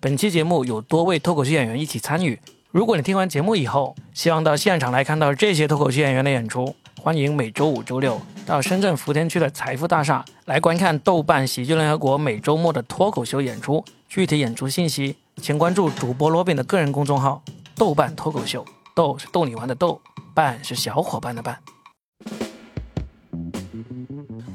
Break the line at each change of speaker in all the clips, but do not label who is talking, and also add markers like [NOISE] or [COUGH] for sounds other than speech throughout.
本期节目有多位脱口秀演员一起参与。如果你听完节目以后，希望到现场来看到这些脱口秀演员的演出，欢迎每周五、周六到深圳福田区的财富大厦来观看豆瓣喜剧联合国每周末的脱口秀演出。具体演出信息，请关注主播罗宾的个人公众号“豆瓣脱口秀”，豆是逗你玩的豆，伴是小伙伴的伴。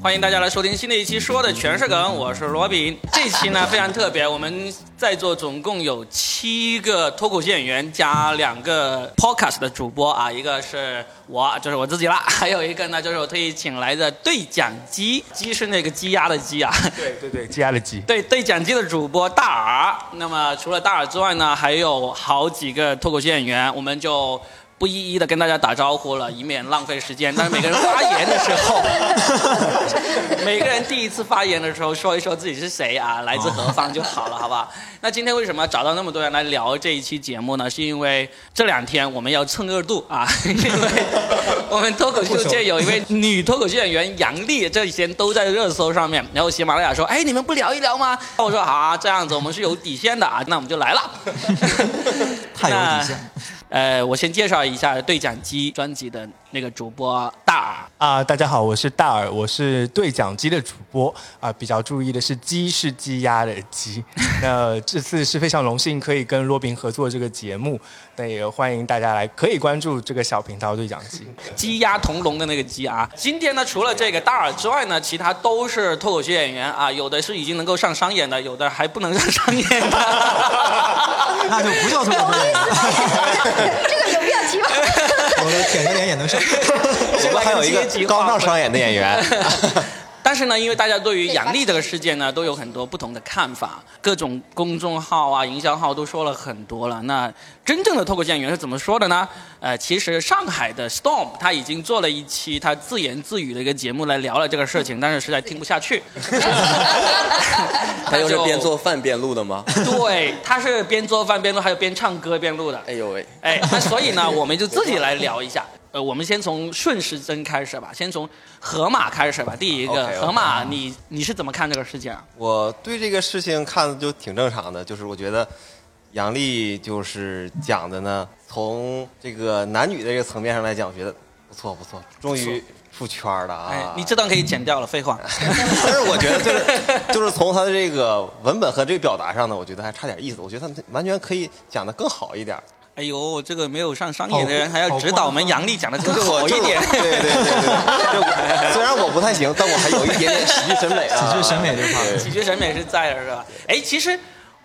欢迎大家来收听新的一期《说的全是梗》，我是罗宾。这期呢非常特别，我们在座总共有七个脱口秀演员加两个 podcast 的主播啊，一个是我，就是我自己啦， [LAUGHS] 还有一个呢就是我特意请来的对讲机，鸡是那个鸡鸭的鸡啊，
对对对，鸡鸭的鸡。
对对讲机的主播大耳。那么除了大耳之外呢，还有好几个脱口秀演员，我们就。不一一的跟大家打招呼了，以免浪费时间。但是每个人发言的时候， [LAUGHS] 每个人第一次发言的时候说一说自己是谁啊，来自何方就好了，好
[LAUGHS]
不好？那今天为什么找到那么多人来聊这一期节目呢？是因为这两天我们要蹭热
[LAUGHS]
度啊，因为我们脱口秀界有一位女脱口秀演员杨丽，这几天都在热搜上面。然后喜马拉雅说：“哎，你们不聊一聊吗？”我说：“好啊，这样子我们是有底线的啊，那我们就来了。”
[LAUGHS] 太有底
[LAUGHS]
线。
呃，我先介绍一下对讲机专辑的那个主播大耳
啊、大家好，我是大耳，我是对讲机的主播啊、比较注意的是鸡是鸡鸭的
[LAUGHS]
鸡。那这次是非常荣幸可以跟罗宾合作这个节目，那也欢迎大家来可以关注这个小频道对讲机。
鸡鸭同笼的那个鸡啊。今天呢，除了这个大耳之外呢，其他都是脱口秀演员啊，有的是已经能够上商演的，有的还不能上商演的。
[LAUGHS] 那就不叫脱口秀演员了，
这个有必要提吗？
我的舔个脸也能上。
[LAUGHS]
我
还有一个刚上商演的演员，
但是呢，因为大家对于杨笠这个事件呢，都有很多不同的看法，各种公众号啊、营销号都说了很多了。那真正的脱口秀演员是怎么说的呢？呃，其实上海的 Storm 他已经做了一期他自言自语的一个节目来聊了这个事情，但是实在听不下
[LAUGHS]
去，
他又是
就
边做饭边录的吗？
对，他是边做饭边录，还有边唱歌边录的。
哎呦喂，
哎，那所以呢，我们就自己来聊一下。呃，我们先从顺时针开始吧，先从河马开始吧。第一个，
OK，OK
河马，你你是怎么看这个事件啊？
我对这个事情看的就挺正常的，就是我觉得杨笠就是讲的呢，从这个男女的这个层面上来讲，我觉得不错不错，终于出圈了啊！
哎，
[LAUGHS]
你这段可以剪掉了，废话。
但是我觉得就是就是从他的这个文本和这个表达上呢，我觉得还差点意思。我觉得他完全可以讲的更好一点。
哎呦，这个没有上商演的人还要指导我们杨笠讲的更
对
好
我
一点。
对对对对，就
[LAUGHS]
我虽然我不太行，但我还有一点点喜剧审美啊。
喜剧审美这块儿
对
喜剧审美是在的，是吧？哎，其实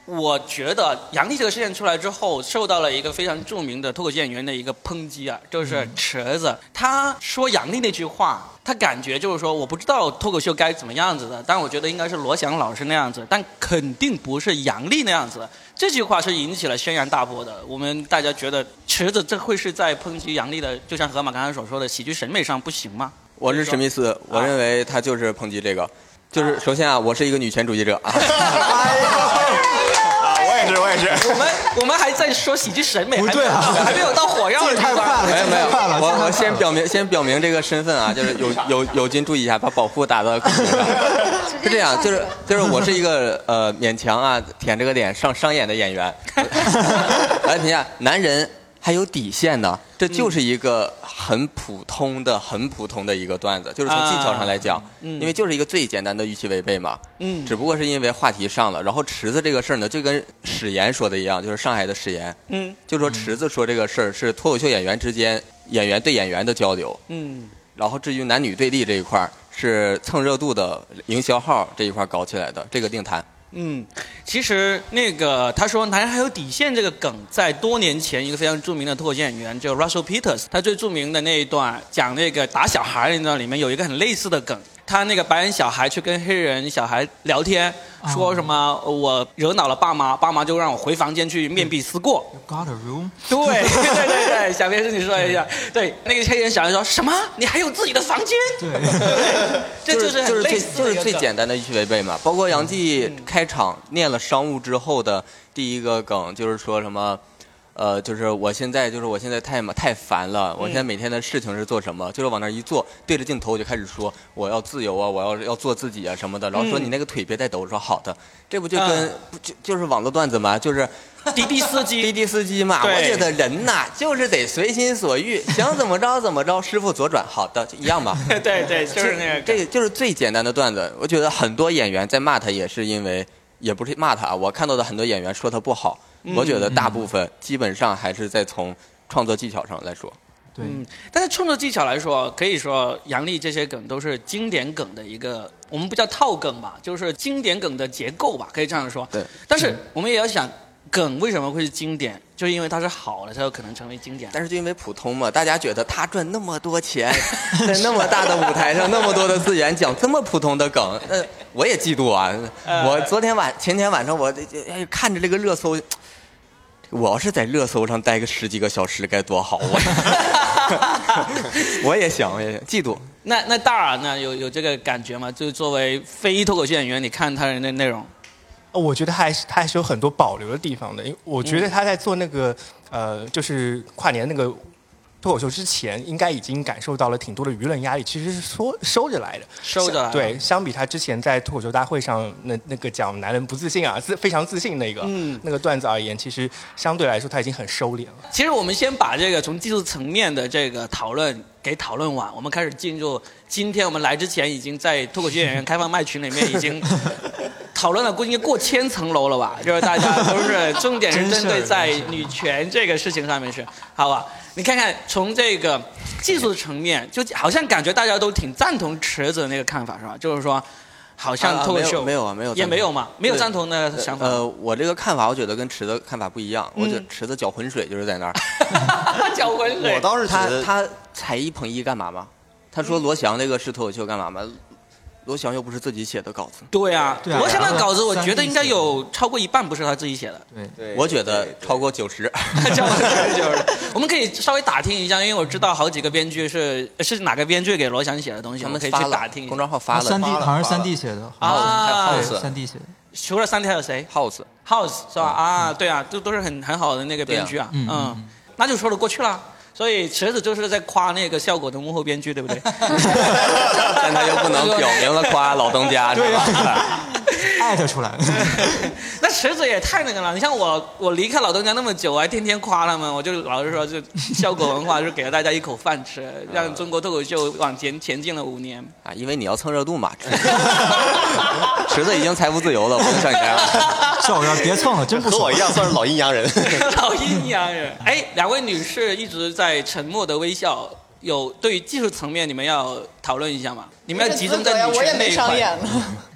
我觉得杨笠这个事件出来之后，受到了一个非常著名的脱口秀演员的一个抨击啊，就是
嗯
池子，他说杨笠那句话。他感觉就是说，我不知道脱口秀该怎么样子的，但我觉得应该是罗翔老师那样子，但肯定不是杨笠那样子。这句话是引起了轩然大波的。我们大家觉得池子这会是在抨击杨笠的，就像河马刚才所说的喜剧审美上不行吗？
[LAUGHS] 我是史密斯，我认为他就是抨击这个，就是首先啊，我是一个女权主义者 [LAUGHS] 啊。
我也是，我也是。
我们我们还在说喜剧审美，
不对啊
还没有还没有到火药的地
太快
方。
了，
没有没有，
太快了。
我我先表明先表明这个身份啊，就是有有有金注意一下，把保护打到口头 [LAUGHS] 上。是这样，就是就是我是一个呃勉强啊舔这个脸上商演的演 [LAUGHS] 员。来评价，男人还有底线呢，这就是一个很普通的、很普通的一个段子，就是从技巧上来讲，因为就是一个最简单的预期违背嘛。
嗯
只不过是因为话题上了，然后池子这个事儿呢，就跟史岩说的一样，就是上海的史岩，
嗯
就说池子说这个事儿是脱口秀演员之间演员对演员的交流，
嗯，
然后至于男女对立这一块儿是蹭热度的营销号这一块儿搞起来的，这个另谈。
嗯，其实那个他说“男人还有底线”这个梗，在多年前一个非常著名的脱口秀演员叫 Russell Peters，他最著名的那一段讲那个打小孩那段里面有一个很类似的梗，他那个白人小孩去跟黑人小孩聊天，说什么“我惹恼了爸妈，爸妈就让我回房间去面壁思过”，
Got a room？
[LAUGHS]
[LAUGHS]
对对对对，小编是你说一下，对那个黑人小孩说什么？你还有自己的房间？对， [LAUGHS] 这
就
就是
就
很
是
类
最
似
就
的
是
一个
最
梗
简单的预期违背嘛。包括杨继开场念了商务之后的第一个梗，就是说什么，呃，就是我现在就是我现在太麻太烦了，我现在每天的事情是做什么？就是往那儿一坐，对着镜头我就开始说我要自由啊，我要要做自己啊什么的。然后说你那个腿别再抖，我说好的。这不就跟、
嗯
不就就是网络段子嘛，就是
滴滴司
滴
机，
滴司机嘛，
对
我觉得人呐就是得随心
[LAUGHS]
所欲，想怎么着怎么着。师傅左转，好的，就一样吧。
对对，就是那个，
这个就是最简单的段子。我觉得很多演员在骂他，也是因为也不是骂他啊，我看到的很多演员说他不好，
嗯
我觉得大部分基本上还是在从创作技巧上来说。
对，
嗯，但是创作技巧来说，可以说杨笠这些梗都是经典梗的一个，我们不叫套梗吧，就是经典梗的结构吧，可以这样说。
对。
但是我们也要想，梗为什么会是经典？就是因为它是好的，才有可能成为经典。
[LAUGHS] 但是就因为普通嘛，大家觉得他赚那么多
[LAUGHS]
钱， [LAUGHS] 在那么大的舞台上，那么多的资源，讲这么普通
[LAUGHS]
的梗，那我也嫉妒啊！
呃
我昨天晚前天晚上我哎看着这个热搜，我要是在热搜上待个十几个小时该多好
[LAUGHS]
啊！我也想，我也想嫉妒。
那那大耳呢？有有这个感觉吗？就是作为非脱口秀演员，你看他的那内容，
呃我觉得还是他还是有很多保留的地方的，因为我
嗯
觉得他在做那个、呃，就是跨年那个脱口秀之前，应该已经感受到了挺多的舆论压力，其实是缩收着来的。
收着来啊了
对，相比他之前在脱口秀大会上那那个讲男人不自信啊，自非常自信那个、
嗯
那个段子而言，其实相对来说他已经很收敛了。
其实我们先把这个从技术层面的这个讨论给讨论完，我们开始进入今天我们来之前已经在脱口秀演员开放麦群里面已经 [LAUGHS] 讨论了，估计过千层楼了吧？就是大家都是重点是针对在女权这个事情上面是，好吧？你看看从这个技术层面，就好像感觉大家都挺赞同池子那个看法是吧？就是说，好像
啊
脱口
没有
秀
没有啊没有
也
赞
没
同
有嘛，没有
对
赞同的想法。 [LAUGHS] 嗯
呃，我这个看法，我觉得跟池子看法不一样。我觉得池子搅浑水就是在那儿，
搅浑水
我倒是觉
他
得
他踩一捧一干嘛嘛？他说罗翔那个是脱口秀干嘛嘛？罗翔又不是自己写的稿子，
对啊，
对啊
我想那
然后
稿子，我
三
觉得
D
应该
写的
有超过一半不是他自己写的。
我觉得超过
[LAUGHS]
九十。 [LAUGHS]
叫我就是，我们可以稍微打听一下，因为我知道好几个编剧是是哪个编剧给罗翔写的东西，我们
他们
可以去
发了
打听一
公
下。
众号发
他啊
了
三 D
发了
好像是
发
三
了
D 写的
啊
还有
三 D 写的，
除了三 D 还有谁
House，嗯
？House 是吧？啊，对啊，都都是很很好的那个编剧啊，
对啊嗯
嗯，那就说得过去了。所以池子就是在夸那个效果的幕后编剧，对不对？
但他又不能表明了夸老东家，是吧？
艾特出来了。
那池子也太那个了，你像我，我离开老东家那么久，我还天天夸他们，我就老是说，就效果文化就给了大家一口饭吃，
嗯
让中国脱口秀往前前进了五年。 [LAUGHS]
啊，因为你要蹭热度嘛。池子池子已经财务自由了，不用像你这样。
少要别蹭了，真不
和
爽
我一。样算是老阴阳人。
老阴阳人。哎，两位女士一直在沉默的微笑，有对于技术层面你们要讨论一下吗？你们要集中在女
我也
权那
没
一
上
块。 [LAUGHS]
演了。 [LAUGHS]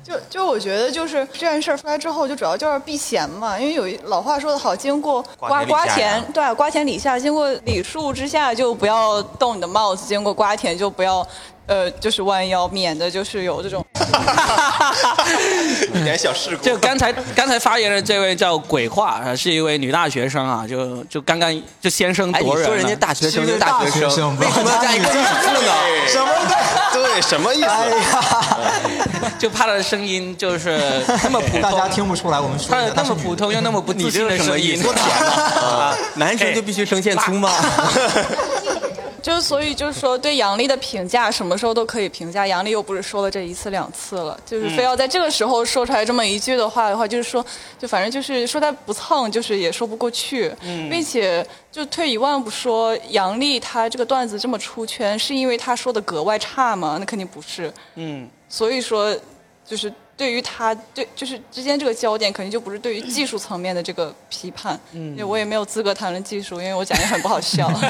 就就我觉得就是这件事儿出来之后，就主要就是避嫌嘛，因为有一老话说得好，经过瓜
瓜田李
瓜
下
田
呀，
对，啊瓜田李下，经过李树之下就不要动你的帽子，经过瓜田就不要，呃，就是弯腰，免得就是有这种。
有点小事故。
就刚才刚才发言的这位叫鬼话，呃是一位女大学生啊，就就刚刚就先声
哎，你
夺人了。
说人家大学生
是
就
个
大
大
学
学
生，
生
为什么要加一个字
啊
呢？
什么对，什么意思？
哎就怕她的声音就是那么普
大家
通，
听不出来，我们说一
她的
下
那
她是
么
女的
普通又那么不自信的声音。
啊，男生就必须声线粗吗？
就是所以就是说对杨笠的评价，什么时候都可以评价。杨笠又不是说了这一次两次了，就是非要在这个时候说出来这么一句的话的话，就是说，就反正就是说他不蹭，就是也说不过去。并且就退一万步说，杨笠他这个段子这么出圈，是因为他说的格外差吗？那肯定不是。
嗯，
所以说，就是对于他对就是之间这个焦点，肯定就不是对于技术层面的这个批判。嗯，我也没有资格谈论技术，因为我讲也很不好笑。
[LAUGHS]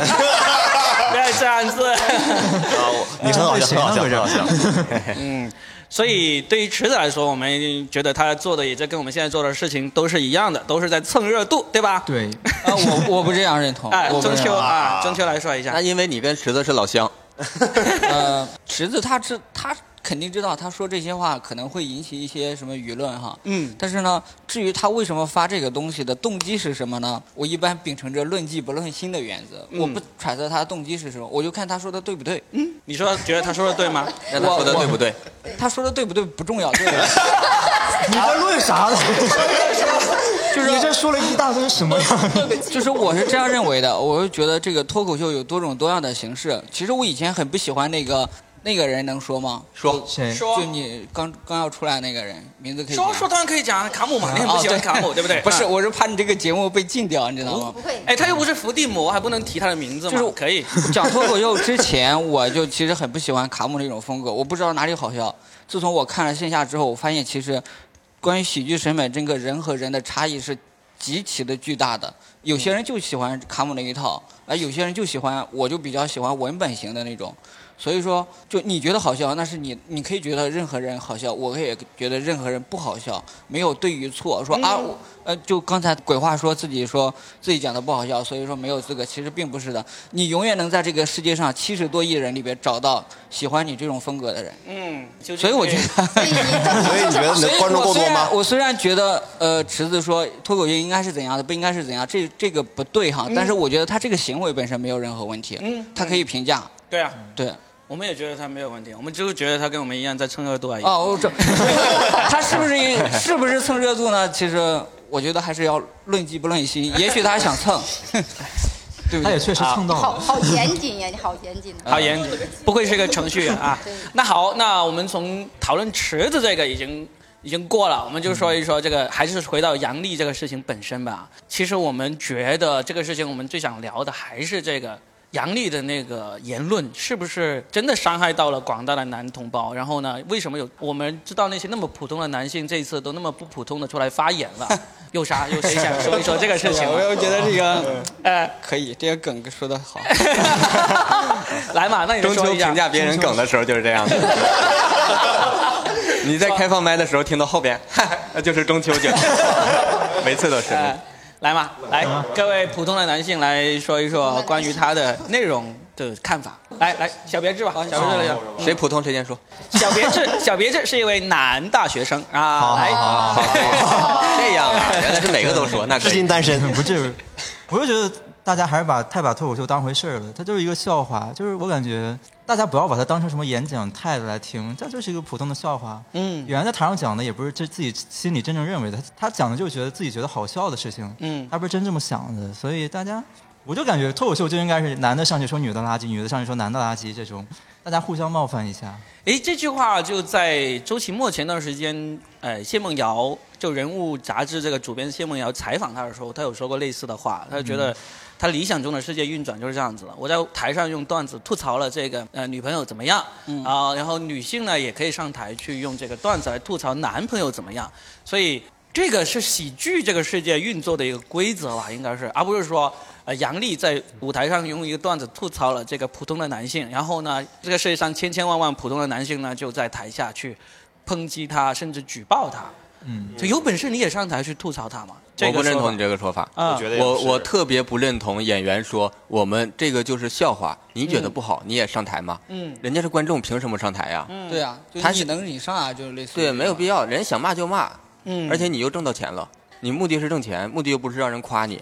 不要这样子。 [LAUGHS]
啊，你很好笑，很好笑，很好笑。
嗯所以对于池子来说，我们觉得他做的也就跟我们现在做的事情都是一样的，都是在蹭热度，对吧？
对，
啊，我我不这样认同。
[LAUGHS] 哎，
我不
中
认
秋
同。
啊，中秋来说一
[LAUGHS] 那
下，
因为你跟池子是老乡，
[LAUGHS] 呃，池子他知他肯定知道，他说这些话可能会引起一些什么舆论哈。
嗯，
但是呢，至于他为什么发这个东西的动机是什么呢？我一般秉承着论迹不论心的原则，
嗯
我不揣测他的动机是什么，我就看他说的对不对。
你说觉得他说的对吗？
那他说的对不对？
他说的对不对不重要，对吧？
[LAUGHS] 你在论啥呢？
[LAUGHS] 就是
你这说了一大堆什么呀？
[LAUGHS] 就是我是这样认为的，我是觉得这个脱口秀有多种多样的形式。其实我以前很不喜欢那个那个人，能说吗？
说
谁
说
就你刚刚要出来那个人，名字可以
说
讲
说当然可以讲卡姆嘛，你很不
哦
喜欢卡姆，对不对？
[LAUGHS] 不是，
啊，
我是怕你这个节目被禁掉，你知道吗？
不会，
哎，他又不是伏地魔，还不能提他的名字嘛？
就是
可以，
讲脱口秀之前，我就其实很不喜欢卡姆这种风格，我不知道哪里好笑。自从我看了线下之后，我发现其实关于喜剧审美，这个人和人的差异是极其的巨大的。有些人就喜欢卡姆那一套，而有些人就喜欢，我就比较喜欢文本型的那种。所以说，就你觉得好笑，那是你，你可以觉得任何人好笑，我也觉得任何人不好笑，没有对与错。说啊，我呃，就刚才鬼话说自己说自己讲的不好笑，所以说没有资格，其实并不是的。你永远能在这个世界上七十多亿人里边找到喜欢你这种风格的人，
嗯，就
所以我觉得。
所以你到
[LAUGHS] 所以你觉得你的观众够多吗？
我虽然觉得，呃，池子说脱口秀应该是怎样的，不应该是怎样，这这个不对哈。但是我觉得他这个行为本身没有任何问题，
嗯
他可以评价。
对啊，
对，
我们也觉得他没有问题，我们就是觉得他跟我们一样在蹭热度而已。
哦，我这他是不是是不是蹭热度呢？其实我觉得还是要论迹不论心，也许他想蹭，对不
他也
对？
确实
啊
蹭到
好
了。
好严谨呀，你好严谨啊！
好严谨，不愧是个程序员啊
对。
那好，那我们从讨论池子这个已经已经过了，我们就说一说这个，还是回到杨笠这个事情本身吧。其实我们觉得这个事情，我们最想聊的还是这个杨笠的那个言论，是不是真的伤害到了广大的男同胞？然后呢，为什么有我们知道那些那么普通的男性，这一次都那么不普通的出来发言了？有啥？有谁想说一说这个事情吗？啊
[LAUGHS] 我又觉得这个
呃，
可以，这个梗说的好。
[LAUGHS] 来嘛，那你就
中
[LAUGHS]
秋
说一下
评。价别人梗的时候就是这样的。你在开放麦的时候听到后边， [LAUGHS] 哈哈那就是中秋 [LAUGHS] 节，每次都是。
呃，来嘛，来，各位普通的男性来说一说关于他的内容的看法。来来，小别致吧，小别致来讲，
谁普通谁先说，
小别致，小别致是一位男大学生啊，
哎
来，
这样啊，原来是每个都说，那可
至
以
今。单
[LAUGHS]
身，
不至于，我就觉得大家还是把太把脱口秀当回事儿了，它就是一个笑话，就是我感觉大家不要把它当成什么演讲态度来听，它就是一个普通的笑话。
嗯
演员在台上讲的也不是这自己心里真正认为的，他他讲的就是觉得自己觉得好笑的事情，
嗯
他不是真这么想的，所以大家，我就感觉脱口秀就应该是男的上去说女的垃圾，女的上去说男的垃圾这种，大家互相冒犯一下。
诶，这句话就在周奇墨前段时间，呃，谢梦瑶就《人物》杂志这个主编谢梦瑶采访他的时候，他有说过类似的话，他就觉得他理想中的世界运转就是这样子了。我在台上用段子吐槽了这个呃女朋友怎么样啊、然后女性呢也可以上台去用这个段子来吐槽男朋友怎么样，所以。这个是喜剧这个世界运作的一个规则吧，应该是，而不是说，呃，杨笠在舞台上用一个段子吐槽了这个普通的男性，然后呢，这个世界上千千万万普通的男性呢就在台下去抨击他，甚至举报他。
嗯，
就有本事你也上台去吐槽他嘛？这
我
个
不认
说法
同你这个说法。
啊，
我觉得也
我
是
我特别不认同演员说我们这个就是笑话，你觉得不好，你也上台吗？
嗯
人家是观众，凭什么上台呀？
对啊，就
他
你
是
能你上啊，就是类似于
对，
这
没有
种
必要，人想骂就骂，
嗯，
而且你又挣到钱了，你目的是挣钱，目的又不是让人夸你。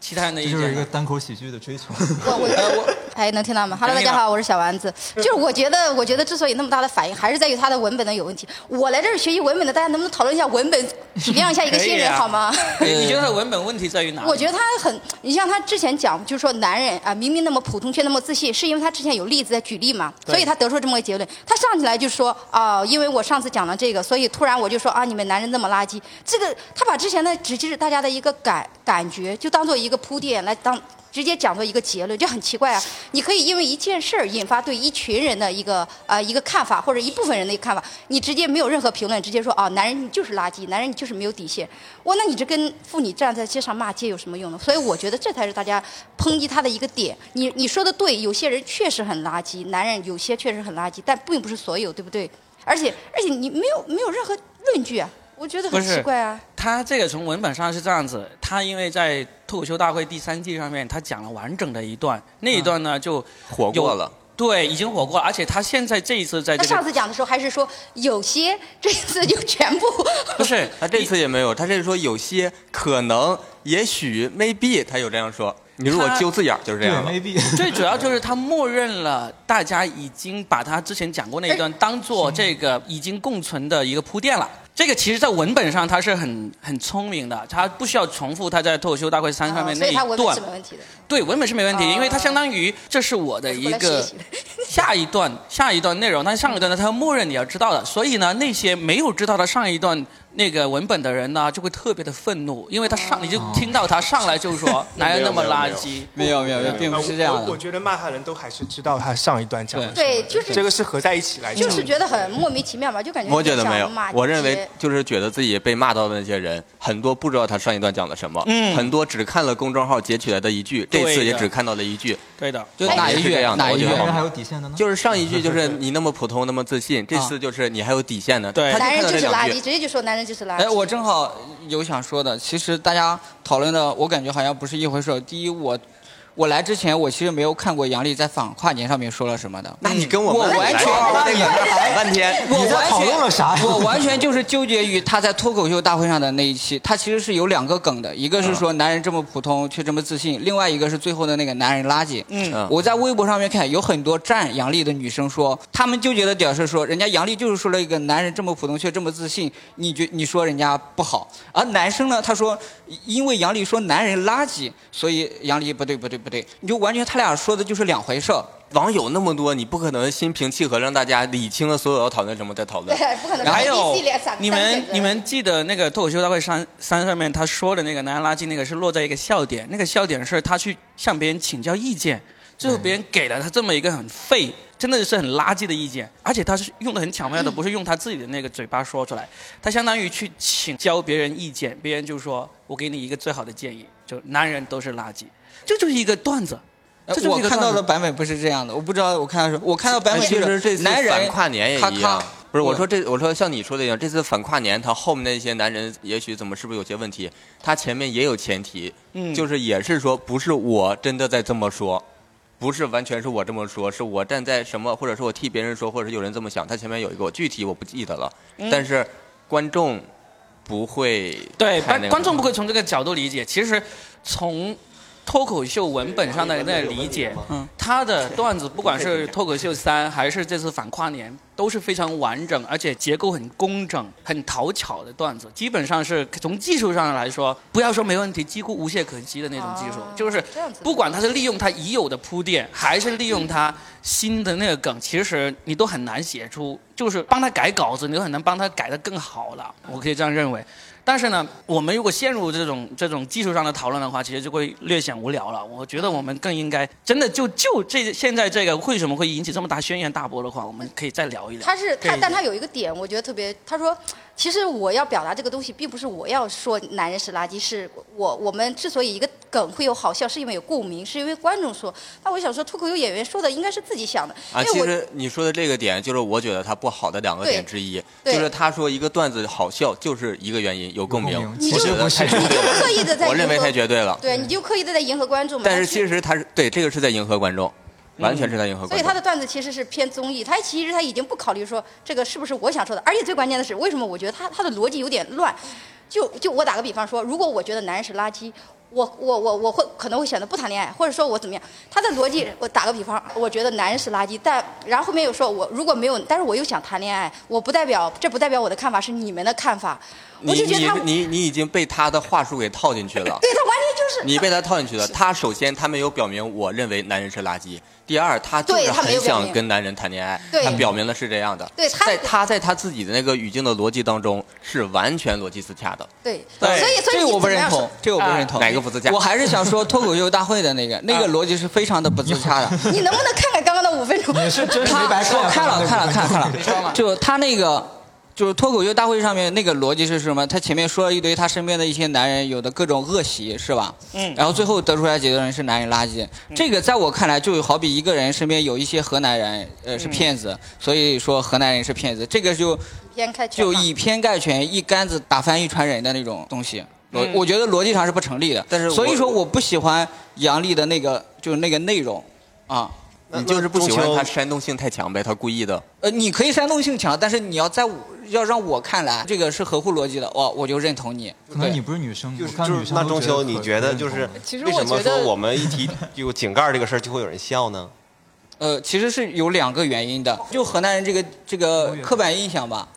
其他人的
这
意
就是一
见
个
呢，
单口喜剧的追求。
我我哎，能听到吗？Hello，大
能听
家
到
好，我是小丸子。就是我觉得，我觉得之所以那么大的反应，还是在于他的文本的有问题。我来这儿学习文本的，大家能不能讨论一下文本，体谅一下一个新
可以
人
啊
好
[LAUGHS]
吗？
你
[LAUGHS]
觉得他的文本问题在于哪里？
我觉得他很，你像他之前讲，就是说男人啊，明明那么普通却那么自信，是因为他之前有例子在举例嘛，所以他得出这么个结论。他上起来就说啊、因为我上次讲了这个，所以突然我就说啊，你们男人那么垃圾。这个他把之前的只是大家的一个感感觉，就当做一个铺垫来当。直接讲做一个结论，这很奇怪啊！你可以因为一件事儿引发对一群人的一个呃一个看法，或者一部分人的一个看法，你直接没有任何评论，直接说啊，男人你就是垃圾，男人你就是没有底线。哇，那你这跟妇女站在街上骂街有什么用呢？所以我觉得这才是大家抨击他的一个点。你你说的对，有些人确实很垃圾，男人有些确实很垃圾，但并不是所有，对不对？而且而且你没有没有任何论据啊，我觉得
不
很
是
奇怪啊。
他这个从文本上是这样子，他因为在脱口秀大会第三季上面，他讲了完整的一段，那一
嗯
段呢就
火过了，
对已经火过了，而且他现在这一次在
他
这
上
个
次讲的时候还是说有些，这次就全部。
不是
[LAUGHS] 他这次也没有，他这是说有些可能、也许、maybe，他有这样说。你如果
他
揪字眼儿就是这
对
样了。
，maybe。
[LAUGHS] 最主要就是他默认了大
哎
家已经把他之前讲过那一段当做这个已经共存的一个铺垫了。这个其实，在文本上他是很很聪明的，他不需要重复他在脱口秀大会三上
哦
面
所
那
以他
一
文
段
本是。没问题哦的。
对，文本是没问题，因为它相当于这是我的一
我来
个
试一
下一段下一段内容，但是上一段呢，它要默认你要知道的，所以呢，那些没有知道他上一段那个文本的人呢，就会特别的愤怒，因为他
哦
上你就听到他上来就
[LAUGHS]
说哪有那么垃圾，
没有没有，并不是这样
呃我我
的。
觉得曼哈人都还是知道他上一段讲的，
对，就是
这个是合在一起来讲
就
的。
是觉得很莫名其妙吧，就感觉
我觉得没有
想骂，
我认为
街
就是觉得自己被骂到的那些人，很多不知道他上一段讲了什么，
嗯
很多只看了公众号截取来的一句，这
对
次也
的
只看到了一句，
对的，
就哪一
是这
句
样的
哪一
我觉
句
得
男
好
人还有底线的呢？
就是上一句
[LAUGHS]
就是你那么普通那么自信，这
啊
次就是你还有底线呢。
对
他
男
看
人
到
就
这
是
两
垃圾，
句
直，接就说男人就是垃圾。
哎，我正好有想说的，其实大家讨论的，我感觉好像不是一回事儿。第一，我我来之前，我其实没有看过杨笠在反跨年上面说了什么的。
那你跟我们
我完全
那个喊半天，
我
你在
完全
讨论了啥呀
我完全就是纠结于他在脱口秀大会上的那一期，他其实是有两个梗的，一个
嗯
是说男人这么普通却这么自信，另外一个是最后的那个男人垃圾。
嗯，
我在微博上面看，有很多站杨笠的女生说，她们纠结的点是说，人家杨笠就是说了一个男人这么普通却这么自信，你觉你说人家不好，而男生呢，他说因为杨笠说男人垃圾，所以杨笠不对不对不对，你就完全他俩说的就是两回事儿。
[LAUGHS] 网友那么多，你不可能心平气和让大家理清了所有要讨论什么再讨论。
对，不可能。
还
一
有
系列三
你
三
们
选择
你们记得那个脱口秀大会三三上面他说的那个男垃圾那个是落在一个笑点，那个笑点是他去向别人请教意见，最后别人给了他这么一个很废，真的是很垃圾的意见，而且他是用的很巧妙的，不是用他自己的那个嘴巴说出来，他相当于去请教别人意见，别人就说我给你一个最好的建议，就男人都是垃圾，这就是一个段子。
呃
这就是
我
一个
看
段
到的
子
版本不是这样的，我不知道我看到什么，我看到版
哎
本
其
就
实这
是
次
男人
反跨年也
咔
一
咔
样，不是我说这我说像你说的一样，这次反跨年，他后面那些男人也许怎么是不是有些问题？他前面也有前提，
嗯
就是也是说不是我真的在这么说，不是完全是我这么说，是我站在什么，或者是我替别人说，或者是有人这么想。他前面有一个我具体我不记得了，但是观众不会
对，
太那
观
个
观众不会从这个角度理解。其实从脱口秀文本上的那个理解，嗯，他的段子不管是脱口秀三还是这次反跨年，都是非常完整，而且结构很工整、很讨巧的段子。基本上是从技术上来说，不要说没问题，几乎无懈可击的那种技术，
哦
就是
这样子
不管他是利用他已有的铺垫，还是利用他新的那个梗，其实你都很难写出，就是帮他改稿子，你都很难帮他改得更好了。我可以这样认为。但是呢，我们如果陷入这种这种技术上的讨论的话，其实就会略显无聊了。我觉得我们更应该真的就就这现在这个为什么会引起这么大轩然大波的话，我们可以再聊一聊。
他是
对
他，但他有一个点，我觉得特别。他说，其实我要表达这个东西，并不是我要说男人是垃圾，是我我们之所以一个梗会有好笑，是因为有共鸣，是因为观众说。那我想说，脱口秀演员说的应该是自己想的，
啊，
因为
其
我
实你说的这个点，就是我觉得他不好的两个
对
点之一，就
对
是他说一个段子好笑，就是一个原因有共鸣
有共，鸣
我觉得太绝
你
对
就
了，
刻意的在迎合，
我认为太绝对了。
对，你就刻意的在迎合观众嘛。
但是其实他是对这个是在迎合观众，完全是在迎合
嗯所
观
以他的
众。
段子其实是偏综艺，他其实他已经不考虑说这个是不是我想说的，而且最关键的是，为什么我觉得他他的逻辑有点乱？就就我打个比方说，如果我觉得男人是垃圾，我我我我会可能会选择不谈恋爱，或者说我怎么样？他的逻辑，我打个比方，我觉得男人是垃圾，但然后后面又说我如果没有，但是我又想谈恋爱，我不代表这不代表我的看法是你们的看法，我
你
就觉得
你
他
你你已经被他的话术给套进去了。
对他完全就是
[LAUGHS] 你被他套进去了。他首先他没有表明我认为男人是垃圾，第二他就
对
是
他没
很
有表明
想跟男人谈恋爱，
对
他表明了是这样的。
对他
在他在他自己的那个语境的逻辑当中是完全逻辑自洽的。
对，
对，
所以所以
这个
你
我不
怎么
认
样
同啊
说，
这个我不认同。
哪个啊不自啊洽
我还是想说脱口秀大会的那个，那个逻辑是非常的不自洽
[LAUGHS]
的。
你能不能看看刚刚的五分钟？
也是真是
他
没白说
我
呀。
看了看了看了看了，
说嘛
就他那个。就是脱口秀大会上面那个逻辑是什么？他前面说了一堆他身边的一些男人有的各种恶习，是吧？
嗯
然后最后得出来结论是男人垃圾。
嗯
这个在我看来，就好比一个人身边有一些河南人，呃，
嗯
是骗子，所以说河南人是骗子。这个就
先开全
就
嘛
以偏概全，一竿子打翻一船人的那种东西。我、我觉得逻辑上是不成立的，
嗯但是我
所以说我不喜欢杨笠的那个就是那个内容啊。
你就是不喜欢他煽动性太强呗，他故意的。
呃，你可以煽动性强，但是你要在我要让我看来这个是合乎逻辑的，我我就认同你。
可能你不是女生，
就
我
是
看
就
女
是
生
那
都
中
得
秋，
可
你
可
觉得
认
就是
同
其实
为
我
什么
觉得
说我们一提有井盖这个事 [LAUGHS] 儿就会有人笑呢？
呃，其实是有两个原因的，就河南人这个这个刻板印象吧。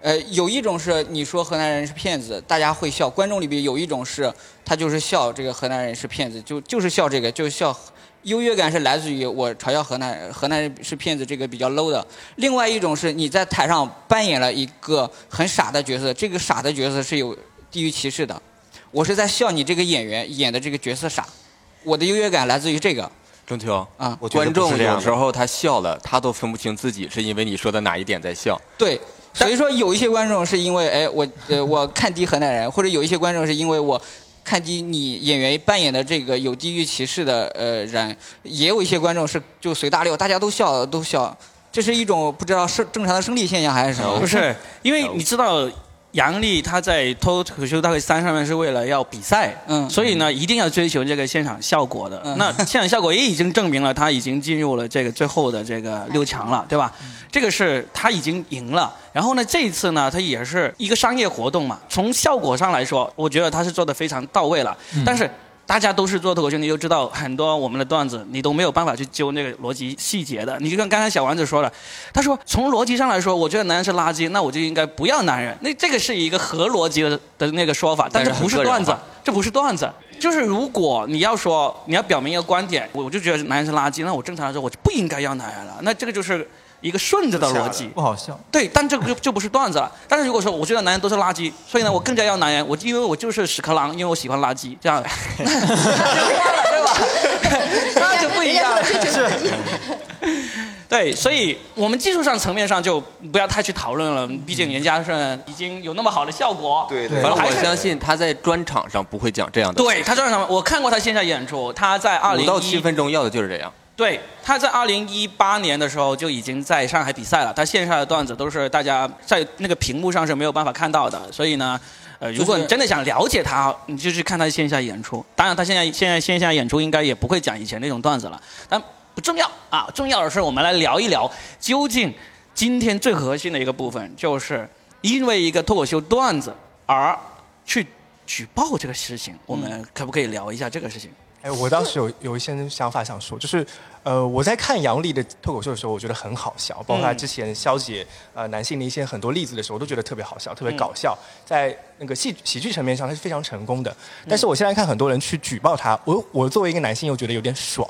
呃，有一种是你说河南人是骗子，大家会笑；观众里边有一种是他就是笑这个河南人是骗子，就就是笑这个，就是笑。优越感是来自于我嘲笑河南人，河南人是骗子这个比较 low 的。另外一种是你在台上扮演了一个很傻的角色，这个傻的角色是有地域歧视的。我是在笑你这个演员演的这个角色傻，我的优越感来自于这个。
中秋
啊
我觉得
观
不是
众
这样
有
的
时候他笑了，他都分不清自己是因为你说的哪一点在笑。
对，所以说有一些观众是因为哎我呃我看低河南人，或者有一些观众是因为我看低你演员扮演的这个有地域歧视的呃人，也有一些观众是就随大流，大家都笑都笑，这是一种不知道是正常的生理现象还是什么 [LAUGHS]
不。是，因为你知道杨笠他在《脱口秀大会三》上面是为了要比赛，
嗯
所以呢一定要追求这个现场效果的。
嗯
那现场效果也已经证明了他已经进入了这个最后的这个六强了，对吧？
嗯
这个是他已经赢了。然后呢，这一次呢，他也是一个商业活动嘛，从效果上来说，我觉得他是做的非常到位了，
嗯
但是。大家都是做脱口秀，你就知道很多我们的段子，你都没有办法去揪那个逻辑细节的。你就像刚才小丸子说了，他说从逻辑上来说，我觉得男人是垃圾，那我就应该不要男人。那这个是一个合逻辑的的那个说法，但这不是段子，这不是段子。就是如果你要说你要表明一个观点，我我就觉得男人是垃圾，那我正常来说我就不应该要男人了。那这个就是一个顺着的逻辑。
不好笑。
对，但这个就就不是段子了。但是如果说我觉得男人都是垃圾，所以呢，我更加要男人，我因为我就是屎壳郎，因为我喜欢垃圾，这样，对吧？那就不一
[LAUGHS]
样了。对，所以我们技术上层面上就不要太去讨论了，毕竟人家是已经有那么好的效果。
对
对
反正
还
我
是
相信他在专场上不会讲这样的。，
对，他这样什么？我看过他线下演出，他在二
五
零
到
一
七分钟要的就是这样。
对，他在二零一八年的时候就已经在上海比赛了，他线下的段子都是大家在那个屏幕上是没有办法看到的，所以呢。呃，如果你真的想了解他，你就去看他线下演出。当然，他现在现在线下演出应该也不会讲以前那种段子了，但不重要啊。重要的是，我们来聊一聊，究竟今天最核心的一个部分，就是因为一个脱口秀段子而去举报这个事情，我们可不可以聊一下这个事情？
哎，我当时有有一些想法想说，就是，呃，我在看杨笠的脱口秀的时候，我觉得很好笑，包括
嗯
他之前肖姐呃男性的一些很多例子的时候，我都觉得特别好笑，特
嗯
别搞笑，在那个戏喜剧层面上，他是非常成功的。
嗯
但是我现在看很多人去举报他，我我作为一个男性又觉得有点爽，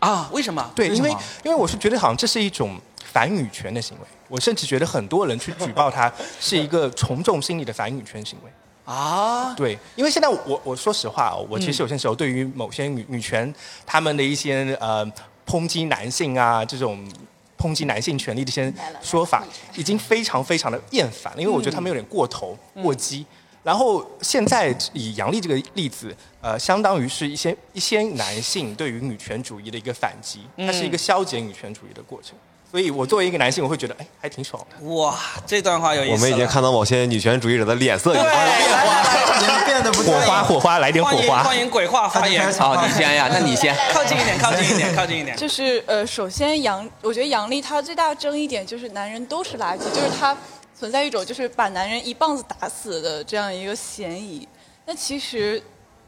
啊，为什么？
对，
为
因
什
为
么
因为我是觉得好像这是一种反女权的行为，我甚至觉得很多人去举报他是一个从众心理的反女权行为。
啊，
对，因为现在我我说实话哦，我
嗯
其实有些时候对于某些女女权她们的一些呃抨击男性啊这种抨击男性权利的一些说法，已经非常非常的厌烦了，因为我觉得他们有点过头、过激。然后现在以杨笠这个例子，呃，相当于是一些一些男性对于女权主义的一个反击，它是一个消解女权主义的过程。所以我作为一个男性，我会觉得哎，还挺爽的。
哇，这段话有意思。
我们已经，
[LAUGHS]
看到某些女权主义者的脸色已经
已经变得不
火
对
花，火花，来点火
欢迎
花。
欢
[LAUGHS]
迎鬼话发言
大家开，始
哦好，你先哎呀，那你先。
靠近一
[LAUGHS]
点，靠近一点，靠近一点。
就是呃，首先杨，我觉得杨笠她最大的争议点就是男人都是垃圾，就是她存在一种就是把男人一棒子打死的这样一个嫌疑。那其实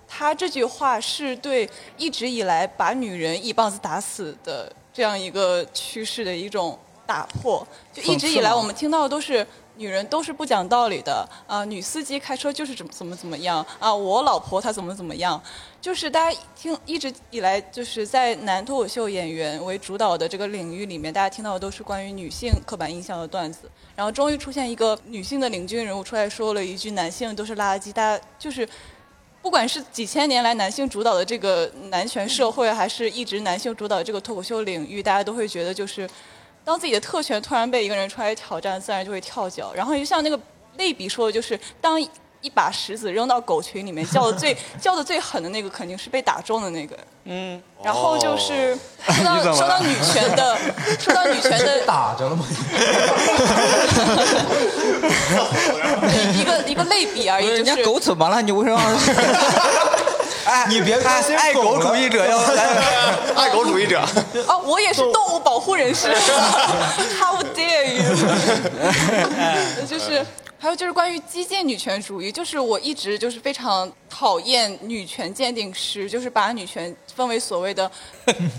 她这句话是对一直以来把女人一棒子打死的这样一个趋势的一种打破。就一直以来我们听到的都是。女人都是不讲道理的啊、女司机开车就是怎么怎么怎么样啊，我老婆她怎么怎么样，就是大家听一直以来就是在男脱口秀演员为主导的这个领域里面，大家听到的都是关于女性刻板印象的段子。然后终于出现一个女性的领军人物出来说了一句“男性都是垃圾”，大家就是不管是几千年来男性主导的这个男权社会，还是一直男性主导的这个脱口秀领域，大家都会觉得就是当自己的特权突然被一个人出来挑战，自然就会跳脚。然后就像那个类比说的，就是当一把石子扔到狗群里面，叫的最 [LAUGHS] 叫的最狠的那个肯定是被打中的那个。嗯，然后就是说到说到女权的，说到女权
[LAUGHS]
[LAUGHS]
的
打着了吗？
一个一个类比而已，
不
就是是
人家狗怎么了？你为什么
[LAUGHS]
要？哎
你别开心，
爱狗主义者 [LAUGHS] 要来，爱狗主义者。
啊，我也是动物
[LAUGHS] 哎
保护人士，How dare you！就是还有就是关于激进女权主义，就是我一直就是非常讨厌女权鉴定师，就是把女权分为所
[LAUGHS]
谓的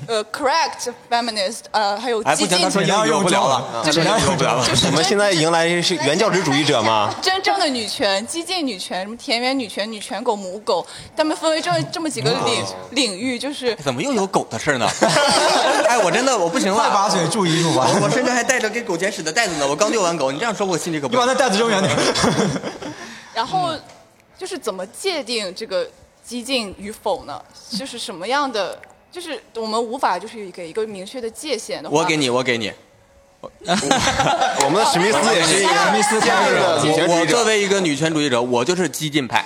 呃 correct feminist，呃，还有
哎，
激
不
进
行，他说英语用不了了，他
就是
说英语用不了了。我们现在迎来是原教旨主义者嘛？
真正的女权、激进女权、什么田园女权、女权狗、母狗，他们分为这这么几
哦
个领领域，就是
哎怎么又有狗的事儿
[LAUGHS]
呢？哎，我真的我不行了，快
把嘴注意住吧
我甚至还带着给狗捡屎的袋子呢，我刚遛完狗，你这样说我心里可不。
你把那袋子扔
[LAUGHS]
远点。
然后
嗯
就是怎么界定这个激进与否呢？就是什么样的，就是我们无法就是给一个明确的界限的话。
我给你，我给你。
[LAUGHS] 我们的史密斯也是一个史密斯加入的女权主
我
义
我作
者。
为一个女权主义者，我就是激进派，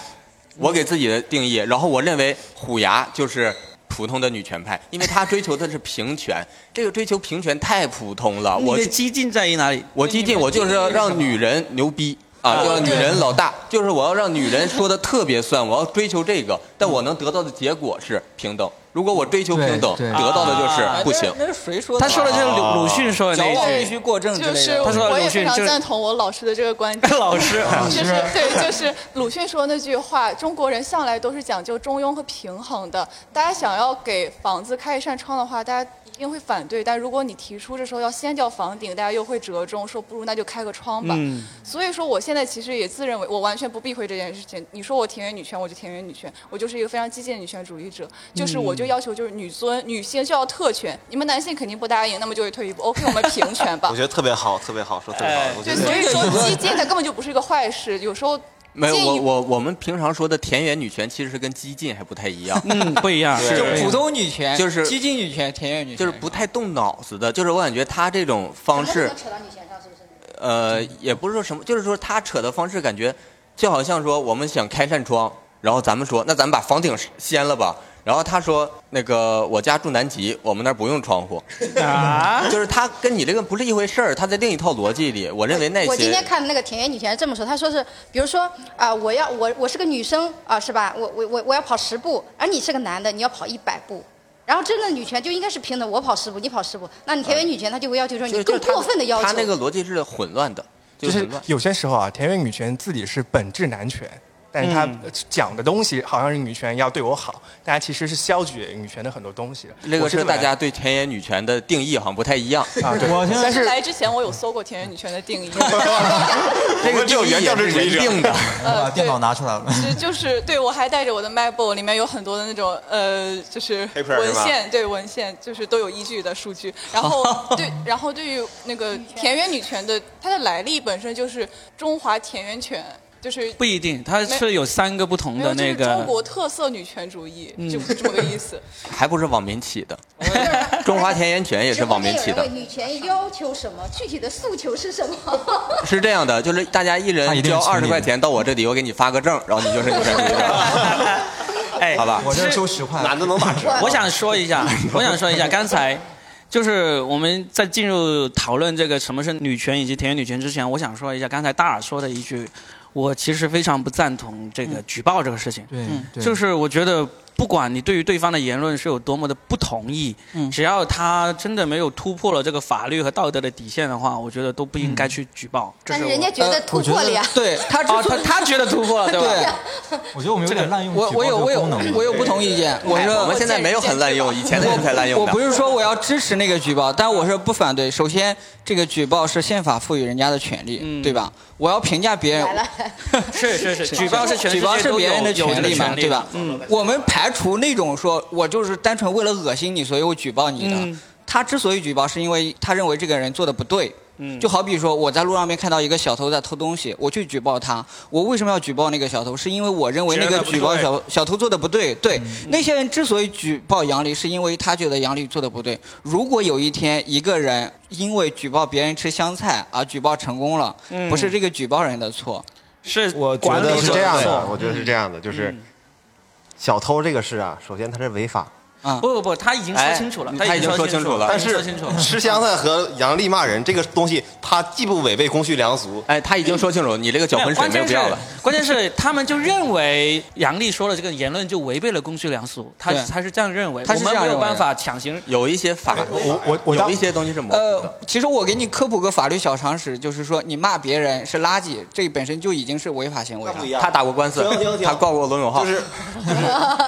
我给自己的定义。然后我认为虎牙就是普通的女权派，因为她追求的是平权，这个追求平权太普通了。我
你的激进在于哪里？
我激进，我就是要让女人牛逼啊，要让女人老大，就是我要让女人说的特别算，我要追求这个，但我能得到的结果是平等。如果我追求平等，
对对
嗯得到的就是不行。
啊
哦
那是谁说的？
他说的就是鲁鲁迅说的
矫
那
枉
一
必
句。
须过正之
就
类
是
的。
他说
我
鲁
也
迅
非常
就是，
赞同我老师的这个观点
[LAUGHS]
[LAUGHS]
老师，啊
就是对，就是鲁迅说那句话：“中国人向来都是讲究中庸和平衡的。大家想要给房子开一扇窗的话，大家一定会反对。但如果你提出这时候要掀掉房顶，大家又会折中，说不如那就开个窗吧。
嗯
所以说，我现在其实也自认为我完全不避讳这件事情。你说我田园女权，我就田园女权，我就是一个非常激进的女权主义者，就是我
嗯
就要求就是女尊，女性就要特权。你们男性肯定不答应，那么就会退一步。OK，我们平权吧
[LAUGHS] 我。觉得特别好，特别好，说特别好。我觉
对，
得
所以说激进它根本就不是一个坏事，有时候。
没有，
建议
我我我们平常说的田园女权其实是跟激进还 [LAUGHS] 不太一样，
嗯，不一样，
是
就普通女权，
就是
激进女权、田园女权，
就是不太动脑子的。就是我感觉他这种方式，
扯到女权上是不是？
呃，也不是说什么，就是说他扯的方式感觉就好像说我们想开扇窗，然后咱们说那咱们把房顶掀了吧，然后他说那个我家住南极，我们那儿不用窗户，
啊，
就是他跟你这个不是一回事儿，他在另一套逻辑里，我认为那
我今
些
天看的那个田园女权是这么说，她说是，比如说啊、我要我我是个女生啊、是吧？我我我我要跑十步，而你是个男的，你要跑一百步。然后真正的女权就应该是平等，我跑十步，你跑十步。那你田园女权，她就会要求说
嗯
你
就是
更过分的要求。
他那个逻辑是混乱的，
就
[LAUGHS] 就是
是
混乱。
有些时候啊，田园女权自己是本质男权，但是她
嗯
讲的东西好像是女权要对我好，但她其实是消解女权的很多东西的。
这个
我觉
是
得
大家对田园女权的定义好像不太一样，
啊，对，
我现在
但是
来之前我有搜过田园女权的定义， [LAUGHS]
这个
只有
定义
原
也
教旨
是
主义
人
[LAUGHS]
者 [LAUGHS]
定的。
把电脑拿出来了。
就就是对我还带着我的 MacBook，里面有很多的那种呃，就是
黑片儿是
文
吧
献，对文献就是都有依据的数据。然
[LAUGHS]
后对，然后对于那个田园女权的它的来历本身就是中华田园犬，就是
不一定，他是有三个不同
没
的
有就
那
是中
个。嗯
国特色女权主义，就这么个意思。
还不是网民起的， [LAUGHS] 中华田园犬也是网民起的，
哎女权要求什么？具体的诉求是什么？
[LAUGHS] 是这样的，就是大家一
他
人
一定
交
是群
二
里
十
的
块钱到我这里，我给你发个证，然后你
[LAUGHS]
就是女权主义者，
哎，
好吧？
我这收十块，
男的能打折。
[LAUGHS] 我想说一
[LAUGHS]
下，我想说一下，刚才就是我们在进入讨论这个什么是女权以及田园女权之前，我想说一下刚才大耳说的一句，我其实非常不赞同这个举报这个事情。
对，
嗯
嗯
对
嗯就是我觉得，不管你对于对方的言论是有多么的不同意，
嗯
只要他真的没有突破了这个法律和道德的底线的话，我觉得都不应该去举报。
嗯
这
但是
是我
人家觉得突破了呀。
对他之
哦，
所以
[LAUGHS] 他他觉得突破了，对吧？
对
[LAUGHS] 我觉得我们有点滥用举
我
报
我
这
有
个
我有
功能了
我有不同意见，我
哎
说
我们现在没有很滥用，以前的人才滥用
我不
的。
是说我要支持那个举报，但我是不反对。首先，这个举报是宪法赋予人家的权利，对吧？我要评价别人
来，了， [LAUGHS]
是是是，举报是全世
举
界
报是
都
别
有
人的
有这
权
个
利嘛，
权利
对吧？
嗯，
我们排除那种说我就是单纯为了恶心你，所以我举报你的。
嗯
他之所以举报，是因为他认为这个人做的不对。
嗯
就好比说我在路上面看到一个小偷在偷东西，我去举报他，我为什么要举报那个小偷？是因为我认为那
觉
个
得不
举报
对
小小偷做的不对。对，
嗯
那些人之所以举报杨笠，是因为他觉得杨笠做的不对。如果有一天一个人因为举报别人吃香菜而举报成功了，不是这个举报人的错，
嗯是
我觉
管理
得
者
是这样
错
嗯的，我觉得是这样的，就是小偷这个事啊，首先它是违法，
啊
不不不，他已经说清楚了，
哎
已经
他已经说清楚
他
了
但
已经
是
说清楚了。
吃香菜和杨丽骂人这个东西，它既不违背公序良俗，
哎，他已经说清楚，你这个搅
没有
浑水
关
没
键
有必
是
要了。，
关键是他们就认为杨笠说了这个言论就违背了公序良俗，他
对
他是这样认为，
他是
我们
这样
没有
认为
办
的
法强行。
有一些法，
我我我
有
当
一些东西是模糊
呃
的。，
其实我给你科普个法律小常识，就是说你骂别人是垃圾，这本身就已经是违法行为了
那不一。样
他打过官司
停停，停
他告过罗永浩
就，是 [LAUGHS]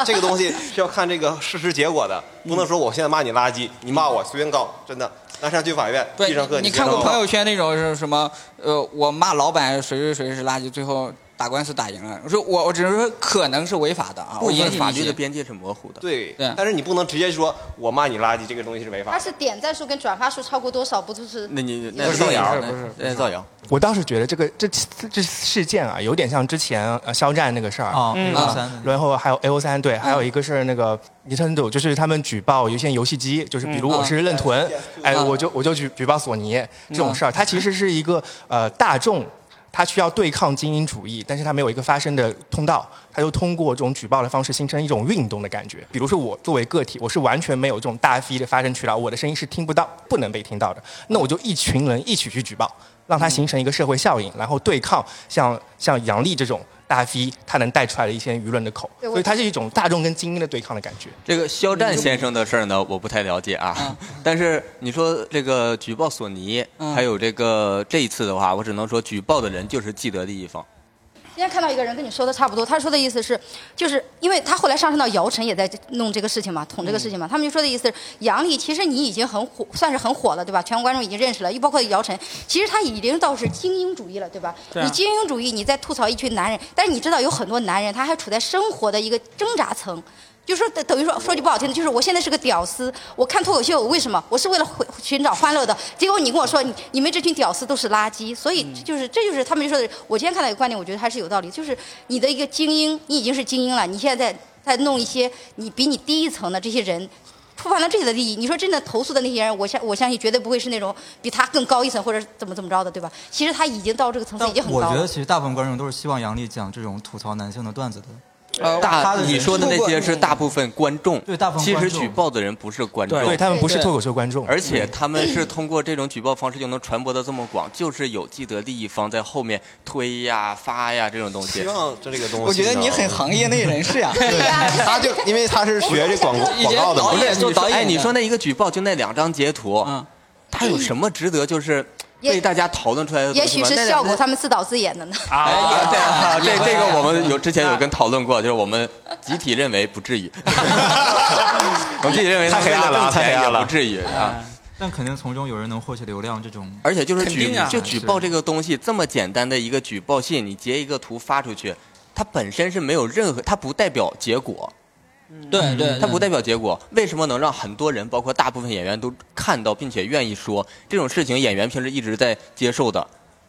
这个东西是要看这个事实结果的，不能说我现在骂你垃圾，你骂我随便告，真的，那上去法院
对
记上课，，
你
别
看过
闹
朋友圈那种是什么？呃，我骂老板谁谁谁是垃圾，最后打官司打赢了。我说我我只是说可能是违法的啊，
部
我
分
引
法律的边界是模糊的。
对
对，
但是你不能直接说我骂你垃圾，这个东西是违
他
法。
是点赞数跟转发数超过多少，不就是
那你
不
那
是
造谣
不是不是，
那是造谣。
我倒是觉得这个这这这事件啊，有点像之前呃肖战那个事儿
啊，
嗯
高三
然后还有 A O 三对，还有一个是那个 Nintendo，就是他们举报有一些游戏机，就是比
嗯
如我是任屯，哎，我就我就举举报索尼这
嗯
种事儿，它其实是一个呃大众。它需要对抗精英主义，但是它没有一个发声的通道，它就通过这种举报的方式形成一种运动的感觉。比如说我作为个体，我是完全没有这种大 V 的发声渠道，我的声音是听不到、不能被听到的。那我就一群人一起去举报，让它形成一个社会效应，然后对抗像像杨笠这种大 V 他能带出来的一些舆论的口，
对我
所以它是一种大众跟精英的对抗的感觉。
这个肖战先生的事儿呢，我不太了解啊。但是你说这个举报索尼，
嗯
还有这个这一次的话，我只能说举报的人就是既得利益方。
今天看到一个人跟你说的差不多，他说的意思是，就是因为他后来上升到姚晨也在弄这个事情嘛，捅这个事
嗯
情嘛，他们就说的意思是，杨笠其实你已经很火，算是很火了，对吧？全国观众已经认识了，又包括姚晨，其实他已经到是精英主义了，对吧？
对啊
你精英主义，你在吐槽一群男人，但是你知道有很多男人他还处在生活的一个挣扎层。就是说等等于说说句不好听的，就是我现在是个屌丝，我看脱口秀为什么？我是为了回寻找欢乐的。结果你跟我说你你们这群屌丝都是垃圾，所以这就是这就是他们说的。我今天看到一个观点，我觉得还是有道理，就是你的一个精英，你已经是精英了，你现在在在弄一些你比你低一层的这些人。触犯了这些的利益，你说真的投诉的那些人，我相我相信绝对不会是那种比他更高一层或者怎么怎么着的，对吧？其实他已经到这个层次，已经很
我
高
觉
了
得。其实大部分观众都是希望杨笠讲这种吐槽男性的段子的。
呃
大
他的人
你说的那些是大部分观众，
对大部分
其实
观众
举报的人不是观众，
对他们不是
对
脱口秀观众，
而且他们是通过这种举报方式就能传播的这么广，就是有既得利益方在后面推呀、发呀这种东西
希。望这个东西，
我觉得你很，行业内人
[LAUGHS]
士呀。啊
他就因为他是学这广
以
广
前
告的嘛
导，演做导演
哎，
的，
你说那一个举报就那两张截图，
嗯
他有什么值得就是
也
被大家讨论出来的
也
东西
许
吗？
是
那
效果
那
他们自导自演的呢。
哎呀，对啊，这这个我们有之前有
那
跟讨论过，就是我们集体认为不至于，我们集体认为他
太黑暗了啊
挣钱
太黑暗了
也不至于啊。
嗯但肯定从中有人能获取流量，这
嗯
种
而且就是
肯
举
定啊
就举报这个东西这么简单的一个举报信，你截一个图发出去，它本身是没有任何，它不代表结果，
嗯
对对，
它不代表结果。为什么能让很多人，包括大部分演员都看到并且愿意说这种事情？演员平时一直在接受的，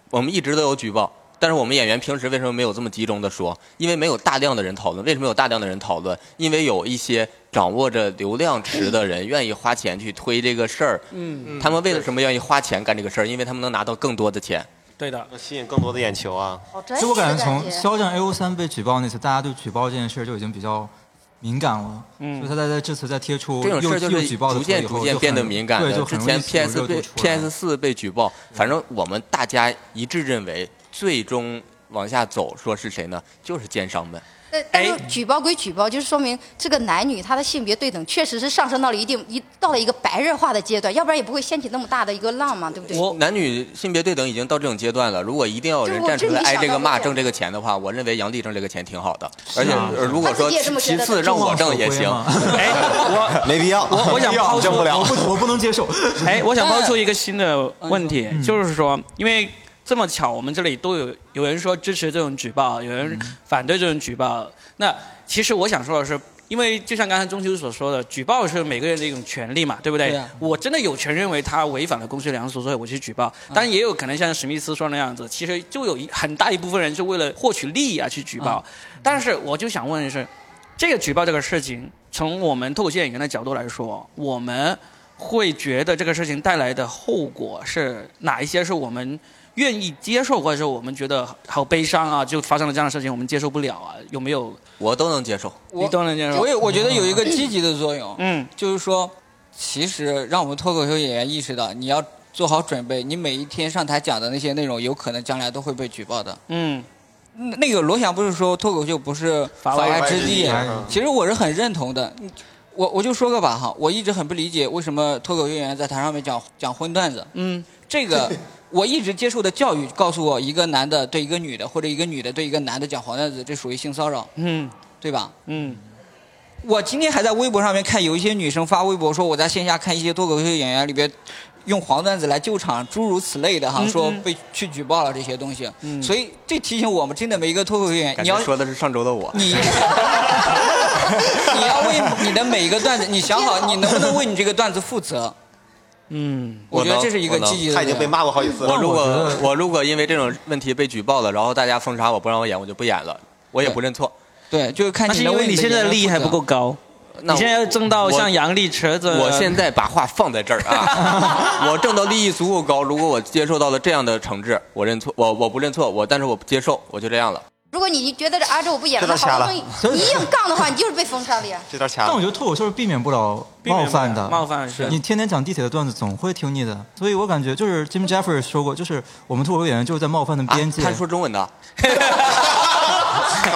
我们一直都有举报。但是我们演员平时为什么没有这么集中的说？因为没有大量的人讨论。为什么有大量的人讨论？因为有一些掌握着流量池的人愿意花钱去推这个事儿。嗯，他们为了什么愿意花钱干这个事儿？因为他们能拿到更多的钱。
对的，
吸引更多的眼球啊。
好
其
真
实我感觉从
觉
肖战 A O 三被举报那次，大家对举报这件事就已经比较敏感了，所以他在这次再贴出
嗯这
又
种事儿就
又
是
举报的
逐渐
图以后
逐
就
渐
很
变得敏感
对，
的。
就
之
很容易
前
起有
PS
热
被
度出来
PS 四被举报，反正我们大家一致认为，最终往下走，说是谁呢？就是奸商们。
但但是
哎
举报归举报，就是说明这个男女他的性别对等确实是上升到了一定一到了一个白热化的阶段，要不然也不会掀起那么大的一个浪嘛，对不对？
我男女性别对等已经到这种阶段了，如果一定要有人
对我
站出来
真没
挨这
想
个
到
骂
过
挣这个钱的话，我认为杨笠挣这个钱挺好的。而且
啊
呃如果
他自
说
己也这么
其
觉得
次
的
让我
众望
挣
所
也
归
行，
嘛
哎，我
[LAUGHS] 没必要，
我
[LAUGHS]
我想抛出
挣不了
我。不我不能接 [LAUGHS] 受。
哎，我想抛出一个新的
哎
问题，
嗯
就是说，因为这么巧，我们这里都有有人说支持这种举报，有人
嗯
反对这种举报。那其实我想说的是，因为就像刚才钟秋所说的，举报是每个人的一种权利嘛，对不对？
对啊
我真的有权认为他违反了公序良俗，所以我去举报。
嗯
当然也有可能像史密斯说那样子，其实就有一很大一部分人是为了获取利益而去举报。
嗯
但是我就想问的是，这个举报这个事情，从我们脱口秀演员的角度来说，我们会觉得这个事情带来的后果是哪一些？是我们愿意接受，或者说我们觉得好悲伤啊，就发生了这样的事情，我们接受不了啊，有没有？
我都能接受。
你都能接受？
我有，我觉得有一个积极的作用，
嗯，
就是说，其实让我们脱口秀演员意识到，你要做好准备，你每一天上台讲的那些内容，有可能将来都会被举报的。
嗯
那那个罗翔不是说脱口秀不是法外之地啊
嗯？
其实我是很认同的。我我就说个吧哈，我一直很不理解为什么脱口秀演员在台上面讲讲荤段子。
嗯，
这 [LAUGHS] 个我一直接受的教育告诉我，一个男的对一个女的，或者一个女的对一个男的讲黄段子，这属于性骚扰，
嗯
对吧？
嗯
我今天还在微博上面看，有一些女生发微博说我在线下看一些脱口秀演员里边用黄段子来救场，诸如此类的哈，
嗯
说
嗯
被去举报了这些东西。
嗯
所以这提醒我们，真的每一个脱口秀演员，
感
你
觉
要
说的是上周的我。
你你要为你的每一个段子，你想好你能不能为你这个段子负责？
嗯，
我觉得
能
这是一个
我能
积极的。
他已经被。骂过好几次
我
了。
如果我如果因为这种问题被举报了，然后大家封杀我不让我演，我就不演了，我也不认错。
对，就是看
那
你
是
能
因为
为
你现在的利益还不够。高，
那
你现在要挣到
我
像杨笠、池子，
我现在把话放在这儿啊， [LAUGHS] 我挣到利益足够高，如果我接受到了这样的惩治，我认错，我我不认错，我但是我接受，我就这样了。
如果你觉得这啊这我不演了，
这
那
都瞎
好
了
不容易你硬杠的话，你就是被封杀了呀。
这段掐
但我
了，
觉得脱口秀是避免不了
避免
冒
不了
犯的，
冒犯是
你天天讲地铁的段子，总会听腻的。所以我感觉就是 Jim Jeffries 说过，就是我们脱口秀演员就是在冒犯的
啊
边界。
他说中文的，
他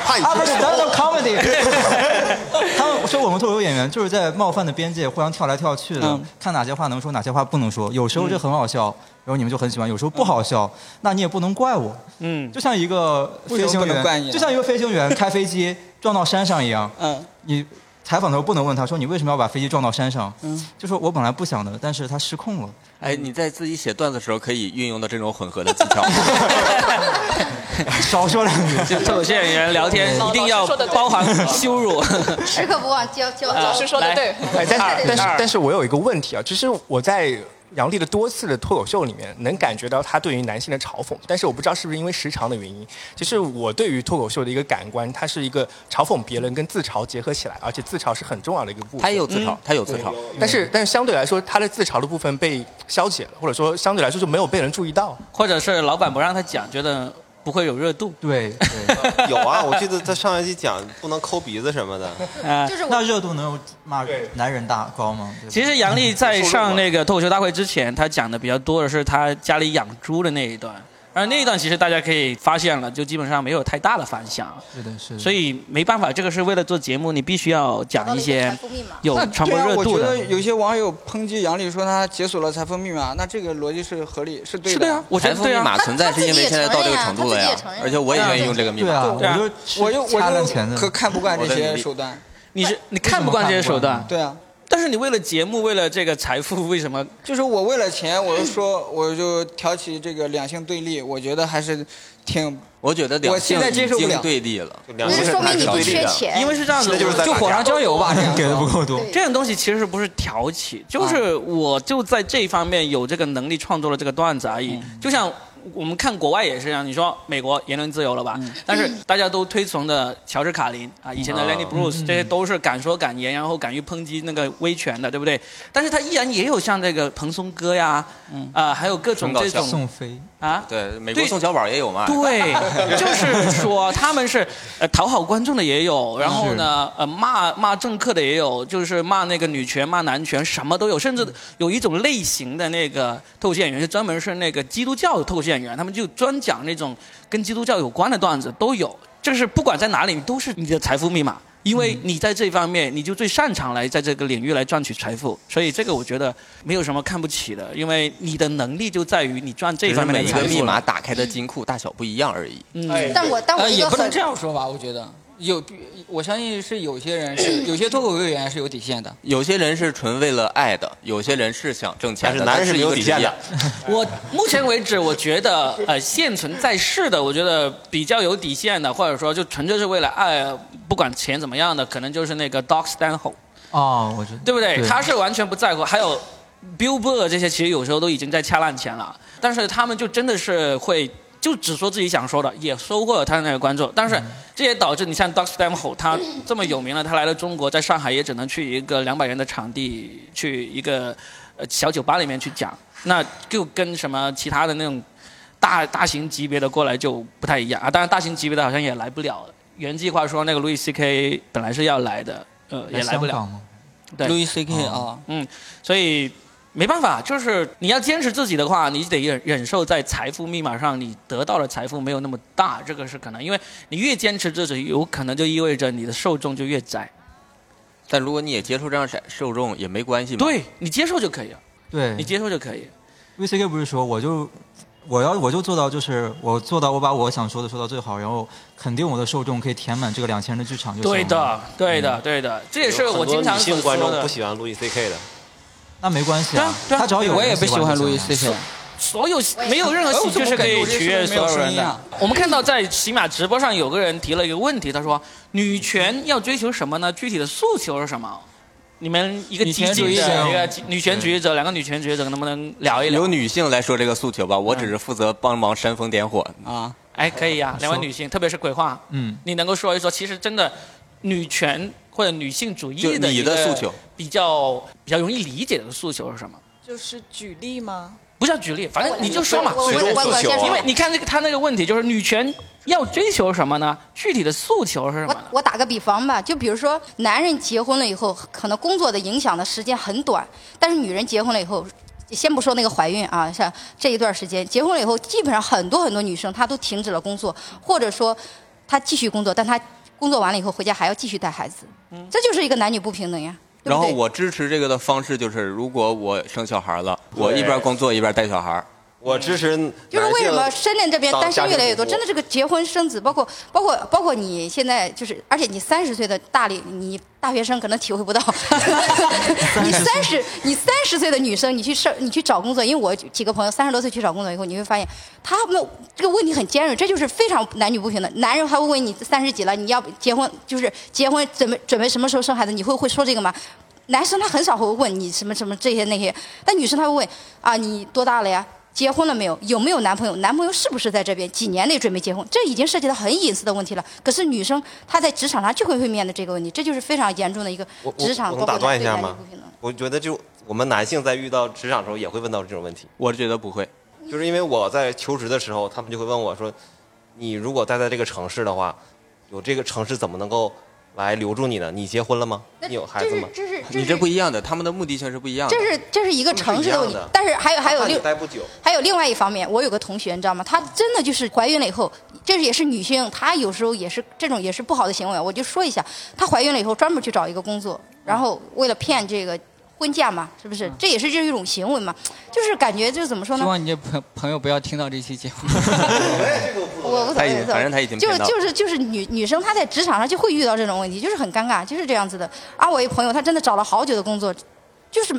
怕你
啊，不
听
是
不懂
stand up comedy，他们说我们脱口秀演员就是在冒犯的边界互相跳来跳去的
嗯，
看哪些话能说，哪些话不能说。有时候这很好笑，然后你们就很喜欢；有时候不好笑，那你也不能怪我。
嗯
就像一个
为什
呃飞
么
行
不能怪
员，
你呢
就像一个飞行员开飞
[LAUGHS]
机撞到山上一样，
嗯，
你采访的时候不能问他说你为什么要把飞机撞到山上，
嗯
就说我本来不想的，但是他失控了。
哎，你在自己写段子的时候可以运用到这种混合的技巧。
少说两句。
[LAUGHS]
就脱口秀演员聊天 [LAUGHS]
老
一定要
老师说得对
包含羞辱。
时刻不忘教
[LAUGHS]
教
老师说的
来
对，
哎，但是但是
二
但是我有一个问题啊，就是我在杨笠的多次的脱口秀里面，能感觉到他对于男性的嘲讽，但是我不知道是不是因为时长的原因，就是我对于脱口秀的一个感官，它是一个嘲讽别人跟自嘲结合起来，而且自嘲是很重要的一个部分。
他也有自
嗯
嘲，他有自
自
嘲
嘲，，但是但是相对来说，他的自嘲的部分被消解了，或者说相对来说就没有被人注意到。
或者是老板不让他讲，觉得不会有热度。
对，对
有啊，我记得他上一期讲不能抠鼻子什么的，
啊
就是
那
我
热度能有骂男人大高吗？
嗯
对吧
其实杨笠在上那个脱口秀大会之前，他讲的比较多的是他家里养猪的那一段，而那一段其实大家可以发现了，就基本上没有太大的反响，
是的，
嗯
是的。
所以没办法，这个是为了做节目，你必须要
找到
讲
了
一
个
些
财富密码。
有
那
传播
对啊
热度
我觉得
的。
有些网友抨击杨笠说他解锁了财富密码，那这个逻辑是合理，是对的。
是的呀，我觉
财
得
富
对
密
啊。
码存在是因为现在到这个程度了
啊他自
呀
己也承认，
而且我也愿意用这个密
对
码。
啊，
对啊
我就
我又
掐烂
啊我
钱
就
的
可看不惯这
我的
些
理
手段。
你是你看不惯这些手段，
对啊，
但是你为了节目，为了这个财富，为什么？
就是我为了钱，我就说我就挑起这个两性对立，我觉得还是挺
我觉得两
我现
性
在接
已
受不
经
了
对立了。
就两
那
个
就
人
说明你
是
不
对立
缺
的。
钱，
因为是这样子，
那哎就是在
就火上浇油吧，这样
给的不够多。
对
这种东西其实不是挑起，就是我就在这一方面有这个能力创作了这个段子而
嗯
已。就像我们看国外也是一样，你说美国言论自由了吧？
嗯
但是大家都推崇的乔治卡林啊，以前
哦
的
嗯
Lenny Bruce，、这些都是敢说敢言，然后敢于抨击那个威权的，对不对？但是他依然也有像这个蓬松哥呀，啊、还有各种
很搞
这
笑
种
嗯宋飞，
啊。
对，美国
对
宋小宝也有
[LAUGHS]
嘛。
对，就是说他们
[LAUGHS]
是呃讨好观众的也有，然后呢呃骂骂政客的也有，就是骂那个女权、骂男权，什么都有，甚至有一种类型的那个脱口秀演员是专门是那个基督教的脱口秀演员，他们就专讲那种跟基督教有关的段子都有，就是不管在哪里都是你的财富密码。因为你在这方面，你就最擅长来在这个领域来赚取财富，所以这个我觉得没有什么看不起的，因为你的能力就在于你赚这
只是
方面
每
的
一
财
个
富。
密码打开的金库大小不一样而已。
嗯，
但我但我
呃，
一
也
个
不能
很
这样说吧，我觉得有，我相信是有些人是有些脱口秀演员是有底线
[LAUGHS]
的。
有些人是纯为了爱的，有些人是想挣钱
但
的，
是男人
它
是
是
没有
一个
底线
职业
的。
我目前为止，我觉得呃，现存在世的，我觉得比较有底线的，或者说就纯粹是为了爱，不管钱怎么样的，可能就是那个 Doc Stanhope，
哦，我知道。
对不对？
对
他是完全不在乎，还有 Billboard 这些，其实有时候都已经在掐烂钱了，但是他们就真的是会。就只说自己想说的，也收获了他的那个关注，但是这也导致你像 Doc Stamhope，他这么有名了，他来了中国，在上海也只能去一个两百人的场地，去一个呃小酒吧里面去讲，那就跟什么其他的那种大大型级别的过来就不太一样啊。当然，大型级别的好像也来不了了。原计划说那个 Louis C.K. 本来是要来的，呃，也来不了。对
，Louis C.K. 啊，
嗯，所以没办法，就是你要坚持自己的话，你得忍忍受在财富密码上你得到的财富没有那么大，这个是可能，因为你越坚持自己，有可能就意味着你的受众就越窄。
但如果你也接受这样的受众也没关系嘛。
对你接受就可以了，
对
你接受就可以。
，VCK 不是说我就我要我就做到，就是我做到我把我想说的说到最好，然后肯定我的受众可以填满这个两千人的剧场就行了。嗯
对的，对的，对的，这也是
有
我
很多
经常
女
所说
性观众
的
不。喜欢路易 C K 的，
那没关系
对
啊
啊，对啊
他只要有
我
人
也不喜欢路易 C.K.，
所有没有任何喜剧是可以取悦所有啊人的。我们看到在喜马直播上有个人提了一个问题，他说：“女权要追求什么呢？具体的诉求是什么？”你们一个
女
激
权主
进
义者
的一个激女权主义者，两个女权主义者能不能聊一聊
由？女性来说这个诉求吧，我只是负责帮忙煽风点火。
啊，
哎，可以啊，两位女性，特别是鬼话，
嗯，
你能够说一说，其实真的女权或者女性主义
就
的
你
一个
的诉求，
比较比较容易理解的诉求是什么？
[LAUGHS] 就是举例吗？
不叫举例，反正你就说嘛，
我
最
我
终
我
诉
我
求
先
啊
说
因为你看这个他那个问题，就是女权要追求什么呢？具体的诉求是什么
我
呢？
我打个比方吧，就比如说男人结婚了以后，可能工作的影响的时间很短，但是女人结婚了以后。先不说那个怀孕啊，像这一段时间，结婚了以后，基本上很多很多女生她都停止了工作，或者说她继续工作，但她工作完了以后回家还要继续带孩子，这就是一个男女不平等呀，对
嗯然
不
后
对？
我支持这个的方式就是，如果我生小孩了，我一边工作一边带小孩。
我支持男性。
就是为什么深圳这边
当
单身越来越多？
家庭主妇
真的，这个结婚生子，包括包括包括你现在就是，而且你三十岁的大龄，你大学生可能体 [LAUGHS] 会不到。你三十，你三十岁的女生，你去上，你去找工作，因为我几个朋友三十多岁去找工作以后，你会发现他们这个问题很尖锐，这就是非常男女不平等。男人还会问你三十几了，你要结婚，就是结婚准备准备什么时候生孩子，你会会说这个吗？男生他很少会问你什么什么这些那些，但女生她会问啊，你多大了呀？结婚了没有？有没有男朋友？男朋友是不是在这边？几年内准备结婚？这已经涉及到很隐私的问题了。可是女生她在职场上就会会面对这个问题，这就是非常严重的一个
我我
职场包
我能打
括
断
男
一
对
下
男女
吗
不平等。
我觉得就我们男性在遇到职场的时候也会问到这种问题，
我觉得不会，
就是因为我在求职的时候，他们就会问我说：“你如果待在这个城市的话，有这个城市怎么能够来留住你呢？你结婚了吗？你有孩子吗
这是这
你
是
这
这
不
是
一样的，他们的目的性是不一样的
这。是这是一个城市的问题
他们是一样的，
但是还有？”还有
怕你
另
待不久，
还有另外一方面，我有个同学，你知道吗？她真的就是怀孕了以后，这也是女性，她有时候也是这种也是不好的行为。我就说一下，她怀孕了以后专门去找一个工作，然后为了骗这个婚假嘛，是不是？这也是这一种行为嘛，就是感觉就是怎么说
希
呢？
望你这朋朋友不要听到这期节目。
我无所
他已
谓
经，，反正他已经
就
骗到了。
就是就是女女生她在职场上就会遇到这种问题，就是很尴尬，就是这样子的。啊，我一朋友她真的找了好久的工作，就是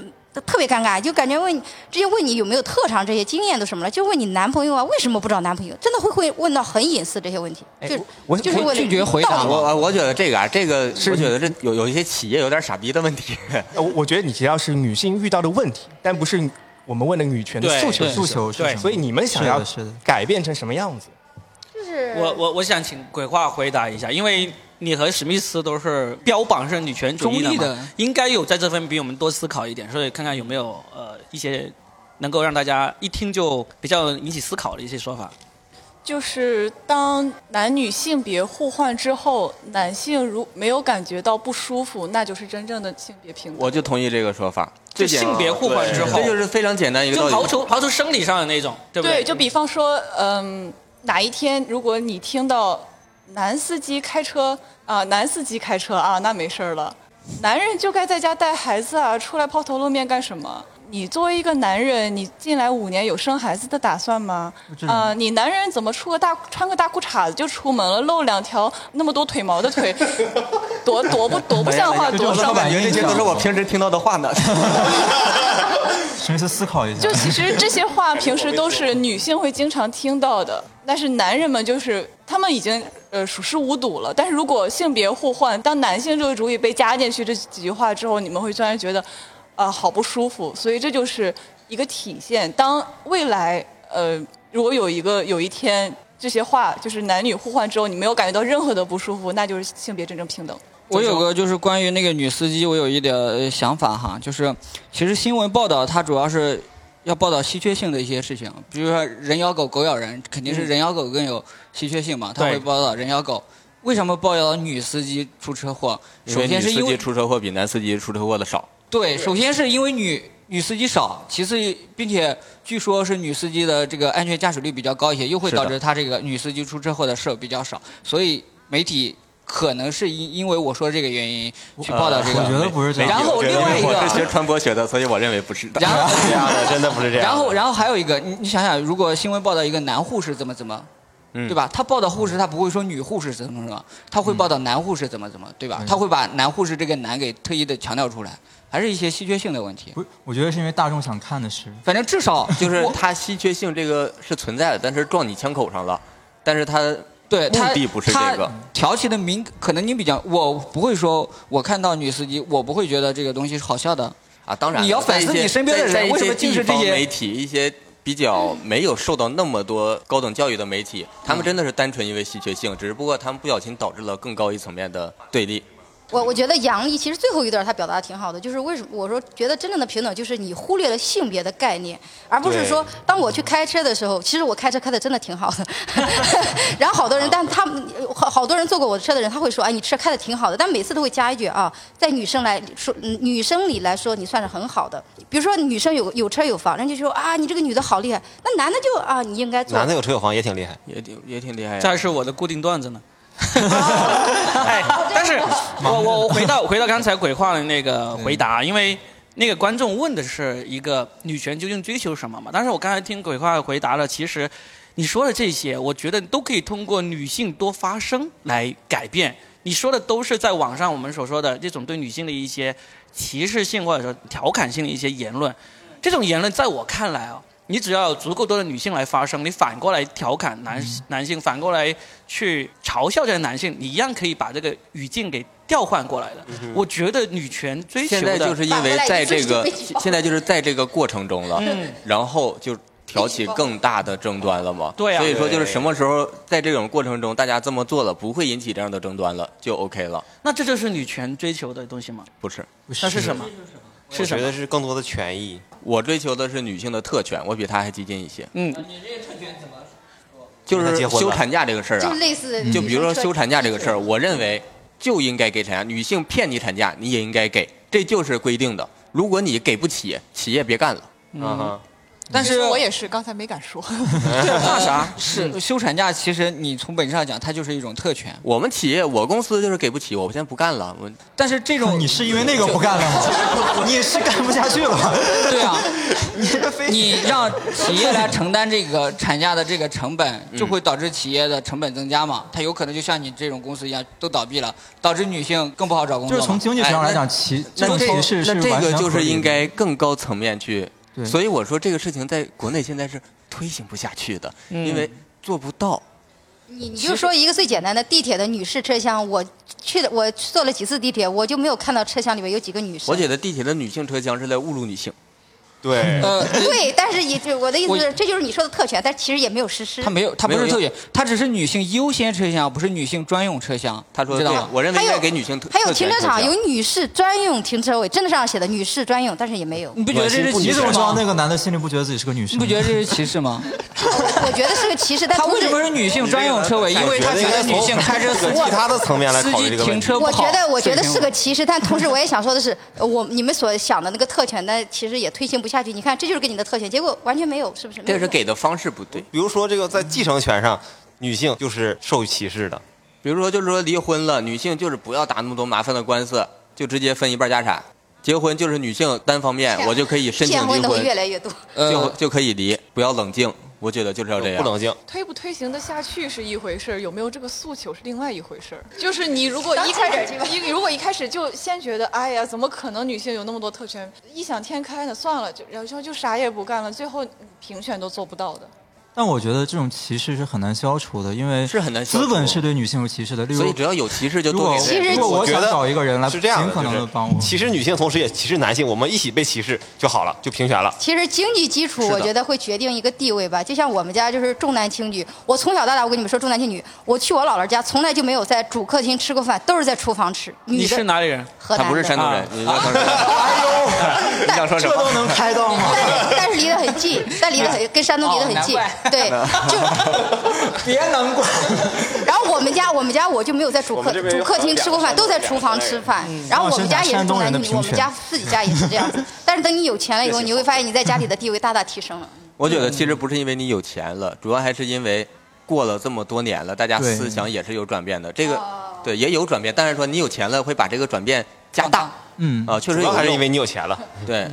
特别尴尬，就感觉问你直接问你有没有特长这些经验都什么了，就问你男朋友啊，为什么不找男朋友？真的会会问到很隐私这些问题，就
哎我
就是
我
为了
拒绝回答
我
嘛。
我我觉得这个啊，这个是觉得这有有一些企业有点傻逼的问题。 [LAUGHS]
呃我我觉得你提到是女性遇到的问题，但不是我们问的女权的
对
诉求
对
是什么
诉求是
对
什么
所以你们想要
是的是的
改变成什么样子？
就是
我我我想请鬼话回答一下，因为你和史密斯都是标榜是女权主义的嘛，
中立的
应该有在这方面比我们多思考一点，所以看看有没有呃一些能够让大家一听就比较引起思考的一些说法。
就是当男女性别互换之后，男性如没有感觉到不舒服，那就是真正的性别平等。
我就同意这个说法，
就
最简
性别互换之后
这，就是非常简单一个
就
道理。
刨除刨除生理上的那种，对不
对，就比方说，嗯，哪一天如果你听到男司机开车啊、男司机开车啊，那没事儿了。男人就该在家带孩子啊，出来抛头露面干什么？你作为一个男人，你近来五年有生孩子的打算吗？啊、你男人怎么出个大穿个大裤衩子就出门了，露两条那么多腿毛的
[LAUGHS]
腿，多多不多不像话，多伤感。
这些都是我平时听到的话呢。
深思思考一下。
就其实这些话平时都是女性会经常听到的，但是男人们就是他们已经呃熟视无睹了。但是如果性别互换，当男性这个主语被加进去这几句话之后，你们会突然觉得，啊、好不舒服。所以这就是一个体现。当未来呃，如果有一个有一天这些话就是男女互换之后，你没有感觉到任何的不舒服，那就是性别真正平等。
[LAUGHS] 我有个就是关于那个女司机，我有一点呃想法哈，就是其实新闻报道它主要是要报道稀缺性的一些事情，比如说人咬狗，狗咬人，肯定是人咬狗更有稀缺性嘛，他
对
会报道人咬狗。为什么报道女司机出车祸？
[LAUGHS] 因
首
为女
先是
司
因
机
为
出车祸比男司机出车祸的少。
对，首先是因为女女司机少，其次并且据说是女司机的这个安全驾驶率比较高一些，又会
是的
导致她这个女司机出车祸的事儿比较少，所以媒体可能是因因为我说这个原因去
呃
报道这个。
我觉得不是这样
然后
我觉得
另外一个
我是学传播学的，所以我认为不是的。
然后
这样的真的不是这样的。
然后，然后还有一个，你你想想，如果新闻报道一个男护士怎么怎么，
嗯
对吧？他报道护士，他不会说女护士怎么怎么，他会报道男护士怎么怎么，对吧？他会把男护士这个男给特意的强调出来，还是一些稀缺性的问题。
不是， [LAUGHS] 我觉得是因为大众想看的是，
反正至 [LAUGHS] 少
就是
我
它稀缺性这个是存在的，但是撞你枪口上了，但是它
对他
目的不是
他
这个
挑起的敏，可能你比较，我不会说，我看到女司机，我不会觉得这个东西是好笑的。
啊，当然了
你要反思
在一些
你身边的人
在在一
为什么
地
竟是这
方
些
媒体一些。比较没有受到那么多高等教育的媒体，他
嗯
们真的是单纯因为稀缺性，只不过他们不小心导致了更高一层面的对立。
我我觉得杨笠其实最后一段他表达的挺好的，就是为什么我说觉得真正的平等就是你忽略了性别的概念，而不是说当我去开车的时候，其实我开车开的真的挺好的， [LAUGHS] 然后好多人，但他们好好多人坐过我的车的人，他会说，哎，你车开的挺好的，但每次都会加一句啊，在女生来说，嗯女生里来说你算是很好的，比如说女生有有车有房，人家就说啊，你这个女的好厉害，那男的就啊，你应该做
男的有车有房也挺厉害，
也挺也挺厉害呀、
这是我的固定段子呢。哎，但是我我我回到回到刚才鬼话的那个回答，因为那个观众问的是一个女权究竟追求什么嘛，但是我刚才听鬼话回答了，其实你说的这些，我觉得都可以通过女性多发声来改变。你说的都是在网上我们所说的这种对女性的一些歧视性或者说调侃性的一些言论，这种言论在我看来啊，你只要有足够多的女性来发声，你反过来调侃男、
嗯
男性，反过来去嘲笑这些男性，你一样可以把这个语境给调换过来的。
嗯
我觉得女权追求
现
的
在就是因为在这
反过
个
来一
[LAUGHS]
直被
现在就是在这个过程中了，
嗯
然后就挑起更大的争端了嘛。
对啊
所以说就是什么时候在这种过程中大家这么做了，不会引起这样的争端了，就 OK 了。
那这就是女权追求的东西吗？
不是，
那是什么？是
我
什
觉
么
得？是更多的权益。
我追求的是女性的特权，我比她还激进一些。
嗯，
就是
她结婚了
休产假这个事儿
就
啊，
类似
就比如说休产假这个事
嗯
儿，我认为就应该给产假，女性骗你产假你也应该给，这就是规定的。如果你给不起，企业别干了。
啊
[LAUGHS]
哈，
但
其
是
实我也是，刚才没敢说。
呃
怕啥？是休产假，其实你从本质上讲，它就是一种特权。
我们企业，我公司就是给不起，我现在不干了。我
但是这
[LAUGHS]
种
你是因为那个不干了吗？你是干不下去了。
对啊，
你这个非
你 [LAUGHS] 让企业来承担这个产假的这个成本，
嗯
就会导致企业的成本增加嘛？它有可能就像你这种公司一样都倒闭了，导致女性更不好找工
就
作
是
嘛。
从经济学上来
哎
讲，歧这
那
种
这
歧视是
那这
完
个
全
就
合
是
理的
应该更高层面去。
对
所以我说这个事情在国内现在是推行不下去的，因为做不到。
你你就说一个最简单的地铁的女士车厢，我去的我坐了几次地铁，我就没有看到车厢里面有几个女士。
我觉得地铁的女性车厢是在侮辱女性。
对，
[LAUGHS]
呃，
对，但是也就我的意思
我
是，这就是你说的特权，但其实也没有实施
它。没有，它不
没有
是
用
特选，它只是女性优先车厢，不是女性专用车厢。
他说
知道
对
吗？
我认为
还
应
有
该给女性特
还有
特权
停车场
车
有
厢
女士专用停车位，政治上写的女士专用，但是也没有。
你不觉得这是
你
歧视
怎么知道
吗
那？个男的心里不觉得自己是个女生？
你不觉得这是歧视吗？
我觉得是个歧视，但
它
同
为
时
什么是女性专用车位？因为他觉得女性开车
这
司
个
机
其他的层面来
司
考虑
机
这个问
停
题。
车不
我
好。
觉得，我觉得
所以
是个歧视，但同时我也想说的是，呃我你们所想的那个特权，但其实也推行不下去。你看，这就是给你的特权，结果完全没有，是不是？
这是给的方式不对。
比如说这个在继承权上，女性就是受歧视的。
比如说，就是说离婚了，女性就是不要打那么多麻烦的官司，就直接分一半家产。结婚就是女性单方面，我就可以申请
骗
离
婚的会越
婚，
来越多。
就
呃，
就可以离，不要冷静。我觉得就是要这样。
不冷静，
推不推行得下去是一回事儿，有没有这个诉求是另外一回事儿。就是你如果一开始一如果一开始就先觉得，哎呀，怎么可能女性有那么多特权？异想天开呢，算了，就然后就啥也不干了，最后平权都做不到的。
但我觉得这种歧视是很难消除的，因为
是很难消除
资本是对女性有歧视的。例
所以
如
只，要有歧视就
如
多
果
给
其
点。
实
如果我
我觉
想
得
找一个人来
是这样
尽
的，
可能
就是
的帮我，
歧视女性，同时也歧视男性，我们一起被歧视就好了，就平权了。
其实经济基础，
是的
我觉得会决定一个地位吧。就像我们家就是重男轻女，我从小到大，我跟你们说重男轻女。我去我姥姥家，从来就没有在主客厅吃过饭，都是在厨房吃。
你
女的
是哪里人？
河南的
他不是山东人
啊，
[LAUGHS] 你说他是
哎呦，你想说什么？
能开到吗？
[LAUGHS] 但是离得很近，但离得很跟山东离得很近
哦难，
[LAUGHS]
对，就
[LAUGHS] 别难怪，
然后我们家我们家我就没有在主
我
客
们这边有
主客厅吃过饭，都在厨房吃饭。然后我们家也是重男轻女，我们家自己家也是这样子。但是等你有钱了以后，你会发现你在家里的地位大大提升了。
我觉得其实不是因为你有钱了，主要还是因为过了这么多年了，大家
对
思想也是有转变的。这个
哦
对也有转变，但是说你有钱了会把这个转变加大
嗯，
啊，确
主
实
要
有
还是因
用
为你有钱了。 [LAUGHS]
对。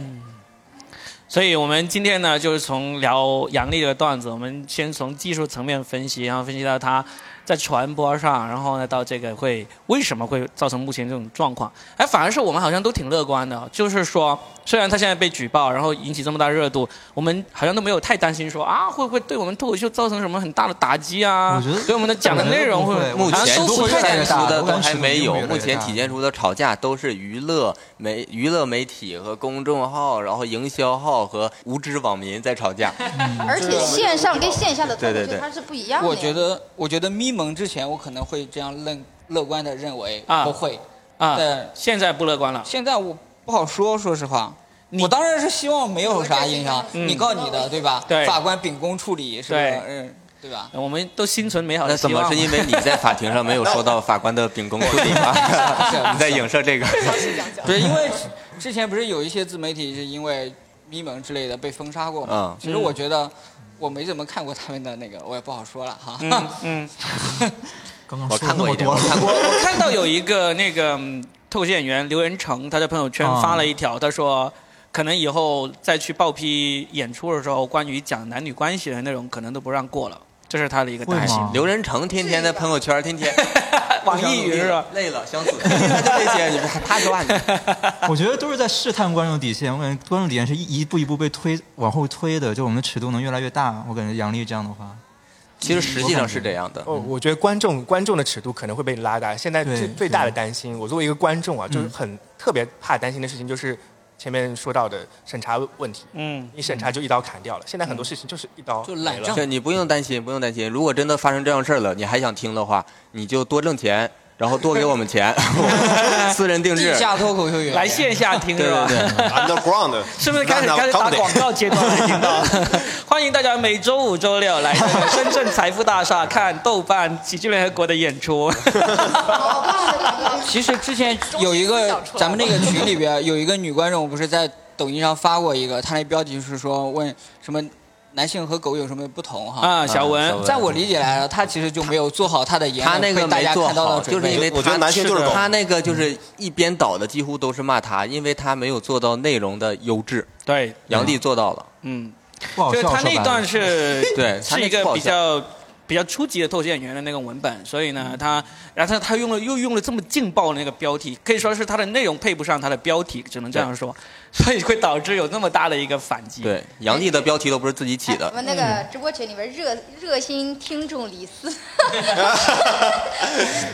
所以我们今天呢，就是从聊杨笠的段子，我们先从技术层面分析，然后分析到他在传播上，然后呢到这个会为什么会造成目前这种状况。哎，反而是我们好像都挺乐观的，就是说虽然他现在被举报，然后引起这么大热度，我们好像都没有太担心说啊会不会对我们脱口秀造成什么很大的打击啊
我觉得？
对我们的讲的内容会
我觉得不
目
会都
好像都不
前体
会
太
现
越
出
大
的
我
都
感觉
还没有
越来，越
目前
大
体现出的吵架都是娱乐媒娱乐媒体和公众号，然后营销号和无知网民在吵架。
嗯
而且线上跟线下的脱
对
口
对
秀
对
它是不一样的呀。
我觉得，我觉得咪蒙之前，我可能会这样乐乐观的认为
啊
不会，
啊，
但
现在不乐观了。
现在我不好说，说实话。
你嗯
我当然是希望没有啥影响，你告你的，对吧？
对
法官秉公处理，是吧？
对
嗯，对吧？
我们都心存美好
那
的
怎
希
么
望
是。因为你在法庭上没有受到法官的秉公处理 [LAUGHS] 吗？你在影射这个？
不是因为之前不是有一些自媒体是因为咪蒙之类的被封杀过吗
嗯？
其实我觉得我没怎么看过他们的那个，我也不好说了哈。
嗯嗯，
[LAUGHS]
刚刚
我
说了
看
那
过
么
一点，
多
我
了，
看过。
我看到有一个那个嗯脱口秀演员刘仁成，他在朋友圈
啊
发了一条，他说。可能以后再去报批演出的时候，关于讲男女关系的内容，可能都不让过了。这是他的一个
会
担心。
吗？
刘仁成天天在朋友圈，天天
[LAUGHS] 网易云是吧？
[LAUGHS] 累了想死，天天他就这些，你看他说话你
[LAUGHS] 我觉得都是在试探观众底线，我感觉观众底线是一一步一步被推往后推的，就我们的尺度能越来越大。我感觉杨笠这样的
[LAUGHS]
话，
其实实际上是这样的。
哦，我觉得观众观众的尺度可能会被拉大。现在
对
最
对嗯
最大的担心，我作为一个观众啊，就是很特别怕担心的事情，就是前面说到的审查问题。
嗯，
你审查就一刀砍掉了，现在很
嗯
多事情就是一刀
就懒
没了
[LAUGHS]
政
这你不用担心，不用担心。如果真的发生这样事儿了，你还想听的话，你就多挣钱，然后多给我们钱， [LAUGHS] 私人定制
地。下脱口秀演员
来线下听
对
是吧
对？对。
Underground
是不是开始开始打广告阶段了？听到？
[LAUGHS]
欢迎大家每周五、周六来这个深圳财富大厦看豆瓣喜剧联合国的演出。
好棒的感觉
其实之前有一个咱们那个群里边有一个女观众，不是在抖音上发过一个，她那标题是说问什么男性和狗有什么不同哈。
啊，小文，
在我理解来了，她其实就没有做好她的言
他
论
那个
被大
没
家
做
看到
好，
的
就
准
是
备。
因为
我觉得男性就是狗
他那
嗯
个就是一边倒的，几乎都是骂他，因为他没有做到内容的优质。
对，
杨笠做到了，
嗯，
不好
就
笑。
是他
说白
那
了
段是
[LAUGHS] 对，他
是
那
一个
不好
比
笑嗯
较比较初级的脱口秀演员的那个文本，所以呢，他然后他他用了又用了这么劲爆的那个标题，可以说是他的内容配不上他的标题，只能这样说， [LAUGHS] 所以会导致有那么大的一个反击。，
对，杨笠的标题都不是自己起
哎
的
我。们那
嗯
个直播群里边热热心听众李斯，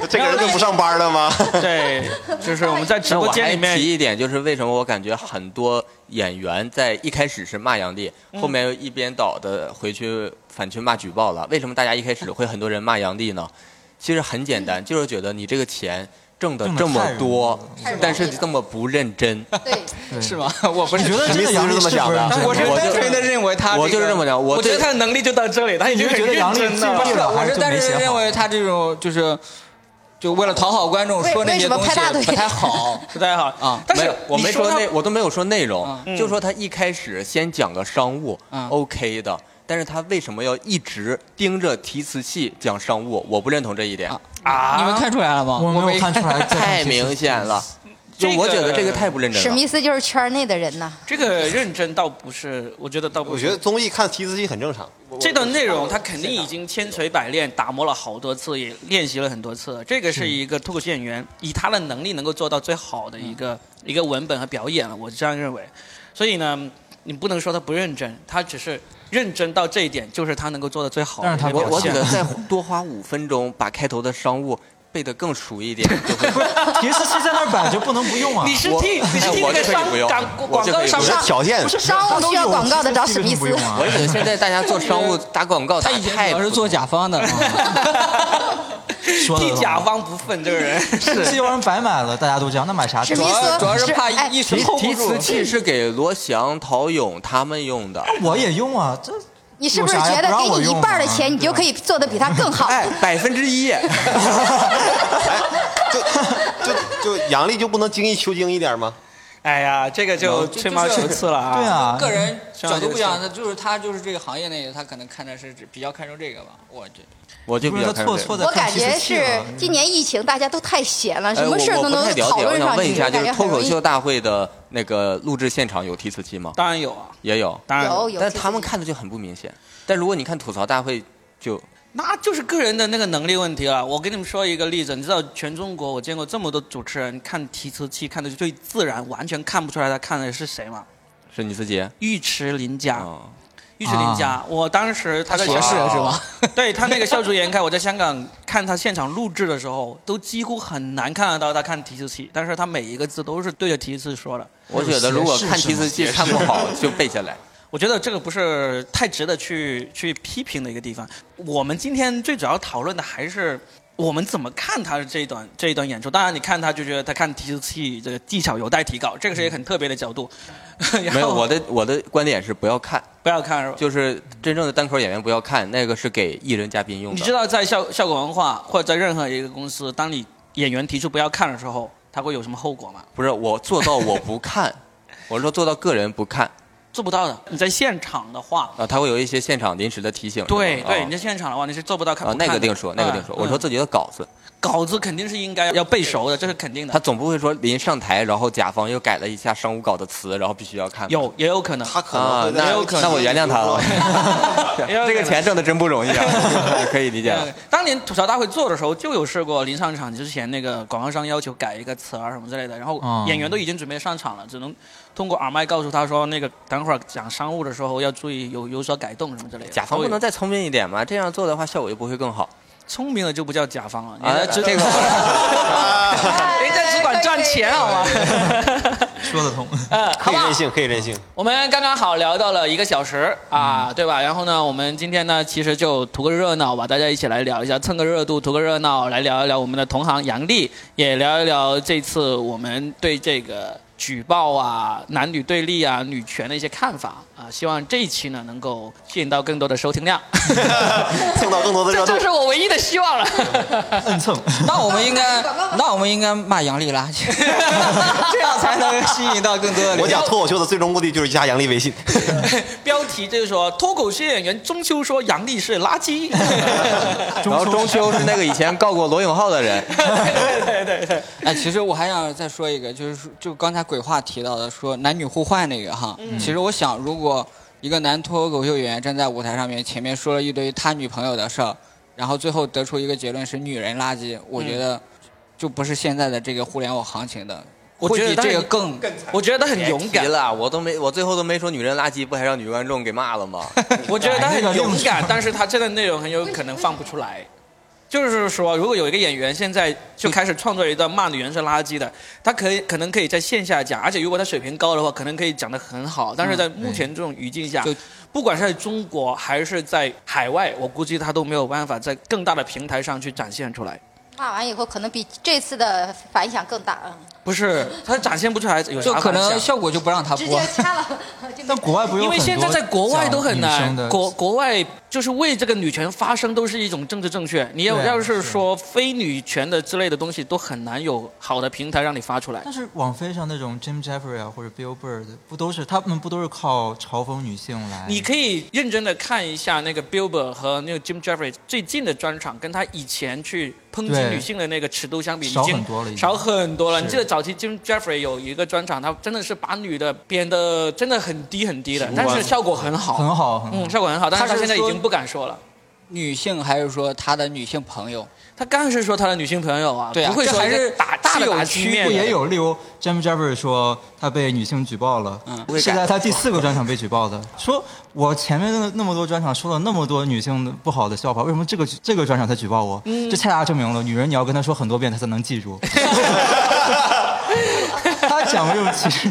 这个人能不上班的吗？
对，就是我们在直
那我
播间
还
里面
提一点，就是为什么我感觉很多演员在一开始是骂杨笠，
嗯
后面又一边倒的回去反去骂举报了。为什么大家一开始会很多人骂杨笠呢？其实很简单，就是觉得你这个钱挣的
挣得
这么
太容易
多
了
太容，易
但是
了
这么不认
[LAUGHS]
真。
对，
是吗？我不是
你觉得这个杨笠是不是认真
我是
我就
单纯的认
哎
为他、
我就是这么
的。
讲，
我
我
觉
对
得他的能力就到这里，他已经
你
很
是觉得
认
杨笠
真
进步
了。
了
我是单纯地认为他这种就是，就为了讨好观众说那些东
为为什么拍大腿
西不太好。
不太好
啊
但
没
是
有，我
你
没说
他
内，我都没有说内容，
嗯
就说他一开始先讲个商务、
嗯
o k 的，但是他为什么要一直盯着提词器讲商务？我不认同这一点，
啊
啊，
你们看出来了吗？
我没有看出来，
太明显了。就我觉得 [LAUGHS] 这个太不认
史
真了。
密斯就是圈内的人呐。
这个认真倒不是，我觉得倒不是。
我觉得综艺看提词器很正常。
这段内容他肯定已经千锤百炼，打磨了好多次，也练习了很多次了。这个是一个脱口秀演员以他的能力能够做到最好的一个、一个文本和表演了，我这样认为。所以呢，你不能说他不认真，他只是认真到这一点，就是他能够做的最好的
但是他
一个
我
表
我
现
觉得再多花五分钟把开头的商务背得更熟一点，就
[LAUGHS]
会
提示器在那儿摆着，不能不用啊
你。是
我
替你是替
哎我
那个
就可以
商
不用
广
我
广
就
告
可以
商
我
不
觉
用
得条件
不是商务需要广告的找史密斯
不，用啊
[LAUGHS]
我觉得现在大家做商务打广告，他
他以前
太
主要是
不
做甲方的，啊
说的
替甲方不愤这个人
[LAUGHS] 这玩意儿白买了，大家都这样，那买啥？
史密斯
主要是怕
哎
一时
提
扣
提
不住。提词器是给罗翔、陶勇他们
[LAUGHS]
用的。
我也用啊，这
你是不是觉得给你一半的钱，你就可以做的比他更好？
啊 [LAUGHS] 哎，百分之一，
就就杨丽就不能精益求精一点吗？
哎呀，这个就吹毛求疵了啊！
嗯对啊，
个人角度不一样，他就是他就是这个行业内，他可能看的是比较看重这个吧。我觉得
我就
不
比
是
较
他
看
错
这个
错在
我
看
感
提
觉
示器
是
了。
今年疫情，大家都太闲了，什
哎，我
么事儿
我
都
不
能
太了
讨
解，我
论
想
上
问一
去，
下，
感
就
觉
是脱
很
口
容易
秀。大会的那个录制现场有提词器吗？
当然有啊，
也有，
当然
有有，
但他们看的就很不明显。但如果你看吐槽大会，就
那就是个人的那个能力问题了。啊我跟你们说一个例子，你知道全中国我见过这么多主持人看提词器看的最自然，完全看不出来他看的是谁嘛？
是你自己啊
尉迟琳佳，，
哦
尉迟琳佳，我当时他在学
士是吧？
[LAUGHS] 对他那个笑逐颜开，我在香港看他现场录制的时候，都几乎很难看得到他看提词器，但是他每一个字都是对着提词器说的。
我觉得如果看提词器看不好， [LAUGHS] 就背下来。
[LAUGHS] 我觉得这个不是太值得去去批评的一个地方。我们今天最主要讨论的还是我们怎么看他这一段这一段演出。当然，你看他就觉得他看提词器这个技巧有待提高，这个是一个很特别的角度。 [LAUGHS] 然后
没有，我的我的观点是不要看，
不要看，
就是真正的单口演员不要看，那个是给艺人嘉宾
[LAUGHS]
用
你知
的。
道在效效果文化或者在任何一个公司，当你演员提出不要看的时候，他会有什么后果吗？
不是我做到我
[LAUGHS]
不看，我是说做到个人不看
做不到的。你在现场的话，
啊，他会有一些现场临时的提醒。是吧
对对，
啊
你在现场的话你是做不到看
啊，
不看
那
的
个定说，那个定说，
嗯
我说自己的稿子，
稿子肯定是应该要背熟的，这是肯定的
他。总不会说临上台，然后甲方又改了一下商务稿的词，然后必须要看吧。
有也有可能，
他可能
啊
会，
那
在这个
那我原谅他了。
也 [LAUGHS] 有可能
这个钱挣的真不容易
[LAUGHS]
啊，可以理解。
对当年吐槽大会做的时候，就有试过临上场之前，那个广告商要求改一个词儿什么之类的，然后
哦
演员都已经准备上场了，只能通过耳麦告诉他说，那个等会儿讲商务的时候要注意有有所改动什么之类的。
甲方不能再聪明一点吗？这样做的话，效果就不会更好。
聪明的就不叫甲方了，
啊，
人家只 [LAUGHS]
这个
人家只管赚钱啊好吗？
说得通。
嗯，
可
好
以
吧
任。性，可以任性。
我们刚刚好聊到了一个小时啊，对吧？然后呢，我们今天呢，其实就图个热闹吧，大家一起来聊一下，蹭个热度，图个热闹，来聊一聊我们的同行杨丽，也聊一聊这次我们对这个举报啊、男女对立啊、女权的一些看法啊。希望这一期呢，能够吸引到更多的收听量，
蹭到更多的热
这
度
就。是我唯一的希望了。
摁蹭，
那我们应该，那我们应该骂杨丽 [LAUGHS] 拉去，这样才能吸引到更多的
我
流量。
讲脱口秀的最终目的就是加杨丽微信。
[LAUGHS] 标题就是说，脱口秀演员中秋说杨丽是垃 [LAUGHS] 圾。
然后中秋是那个以前告过罗永浩的人，
[LAUGHS] 哎，其实我还想再说一个，就是说就刚才鬼话提到的，说男女互换那个哈。其实我想，如果一个男脱口秀演员站在舞台上面，前面说了一堆他女朋友的事儿，然后最后得出一个结论是女人垃圾，我觉得就不是现在的这个互联网行情的，
我觉得
会比这个更
我觉得他很勇
急 [LAUGHS]
敢，
了，我都没，我最后都没说女人垃圾，不还让女观众给骂了吗？
我觉得他很勇敢，但是他真的内容很有可能放不出来。就是说，如果有一个演员现在就开始创作一段骂女人是垃圾的，他可以可能可以在线下讲，而啊且如果他水平高的话，可能可以讲得很好。但是在目前这种语境下
就，
不管是在中国还是在海外，我估计他都没有办法在更大的平台上去展现出来。
骂完以后，可能比这次的反响更大，嗯，
不是，他展现不出来有啥
就可
反
能
响
效果就不让
啊
他
直
播
接。掐了。 [LAUGHS] 就没
但国外不有
因为
很
现在
多
在国外都很
讲女
难
生，的
国国外就是为这个女权发声都是一种政治正确。你要
对啊
要是说非女权的之类的东西，都很难有好的平台让你发出来。
但是网飞上那种 Jim Jeffrey 啊，或者 Bill Bird，不都是他们不都是靠嘲讽女性来？
你可以认真的看一下那个 Billboard 和那个 Jim Jeffrey 最近的专场，跟他以前去抨击
对
女性的那个尺度相比，已
少
经
很多了已经
少很多了。你
是
记得早期 Jim Jeffrey 有一个专场，他真的是把女的编的真的很低很低的，但是效果很好，
很好，很好。
嗯，效果很好，但是
他
他
是
现在已
说
经不敢说了。
女性还是说他的女性朋友？
他刚然是说他的女性朋友啊，
对啊
不会
这
说
还
一个
是
打大
是
的
有
打
区
击
别
面
不
的
也有，例如 Jim Jeffrey 说他被女性举报了，
嗯
是在他第四个专场被举报的。说我前面那那么多专场说了那么多女性的不好的笑话，为什么这个这个专场才举报我？这恰恰证明了女人你要跟她说很
[LAUGHS]
多遍，她才能记住。他讲过这种歧视，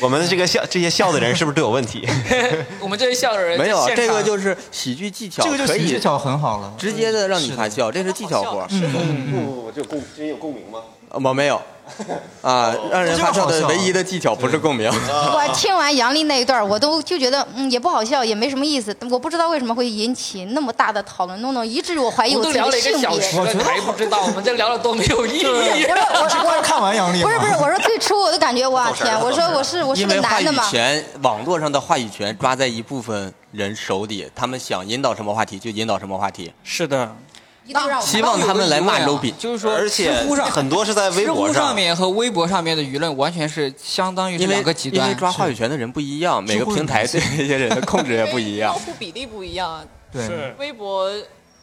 我们这个笑这些笑的人是不是都有问题？
[LAUGHS] 我们这些笑的人
没有
在，
啊
现
这
场
个就是喜剧技巧，
这个就
可以嗯
喜剧巧很嗯好了。
直接的让你发笑，这是技巧活儿。
不不，就共真有共鸣吗？
呃我没有啊，让人发笑
这个好笑
的唯一的技巧不是共鸣。
我听完杨丽那一段儿，我都就觉得，嗯，也不好笑，也没什么意思。我不知道为什么会引起那么大的讨论，弄弄，以至于我怀疑
我
我
们都
自己
聊
的
了一个
性
小
别。
时了，你还不知道，我们这聊的多没
[LAUGHS]
有意义。
刚看完杨笠吗，
不是不是，我说最初我都感觉，
[LAUGHS]
哇天，我说我是我是
因
个
为话
男
语
的嘛，
权，网络上的话语权抓在一部分人手里，他们想引导什么话题就引导什么话题，
是的，
一度让我
希望他们来骂 low 比。
就是说，
而且
知
[LAUGHS]
乎上
很多是在微
知
博
乎上面和微博上面的舆论完全是相当于是
因为
两个极
因为
端。
抓话语权的人不一样，每个平台对这些人的控制也不一
[LAUGHS]
样
用。户比例不一样，啊
对，
微博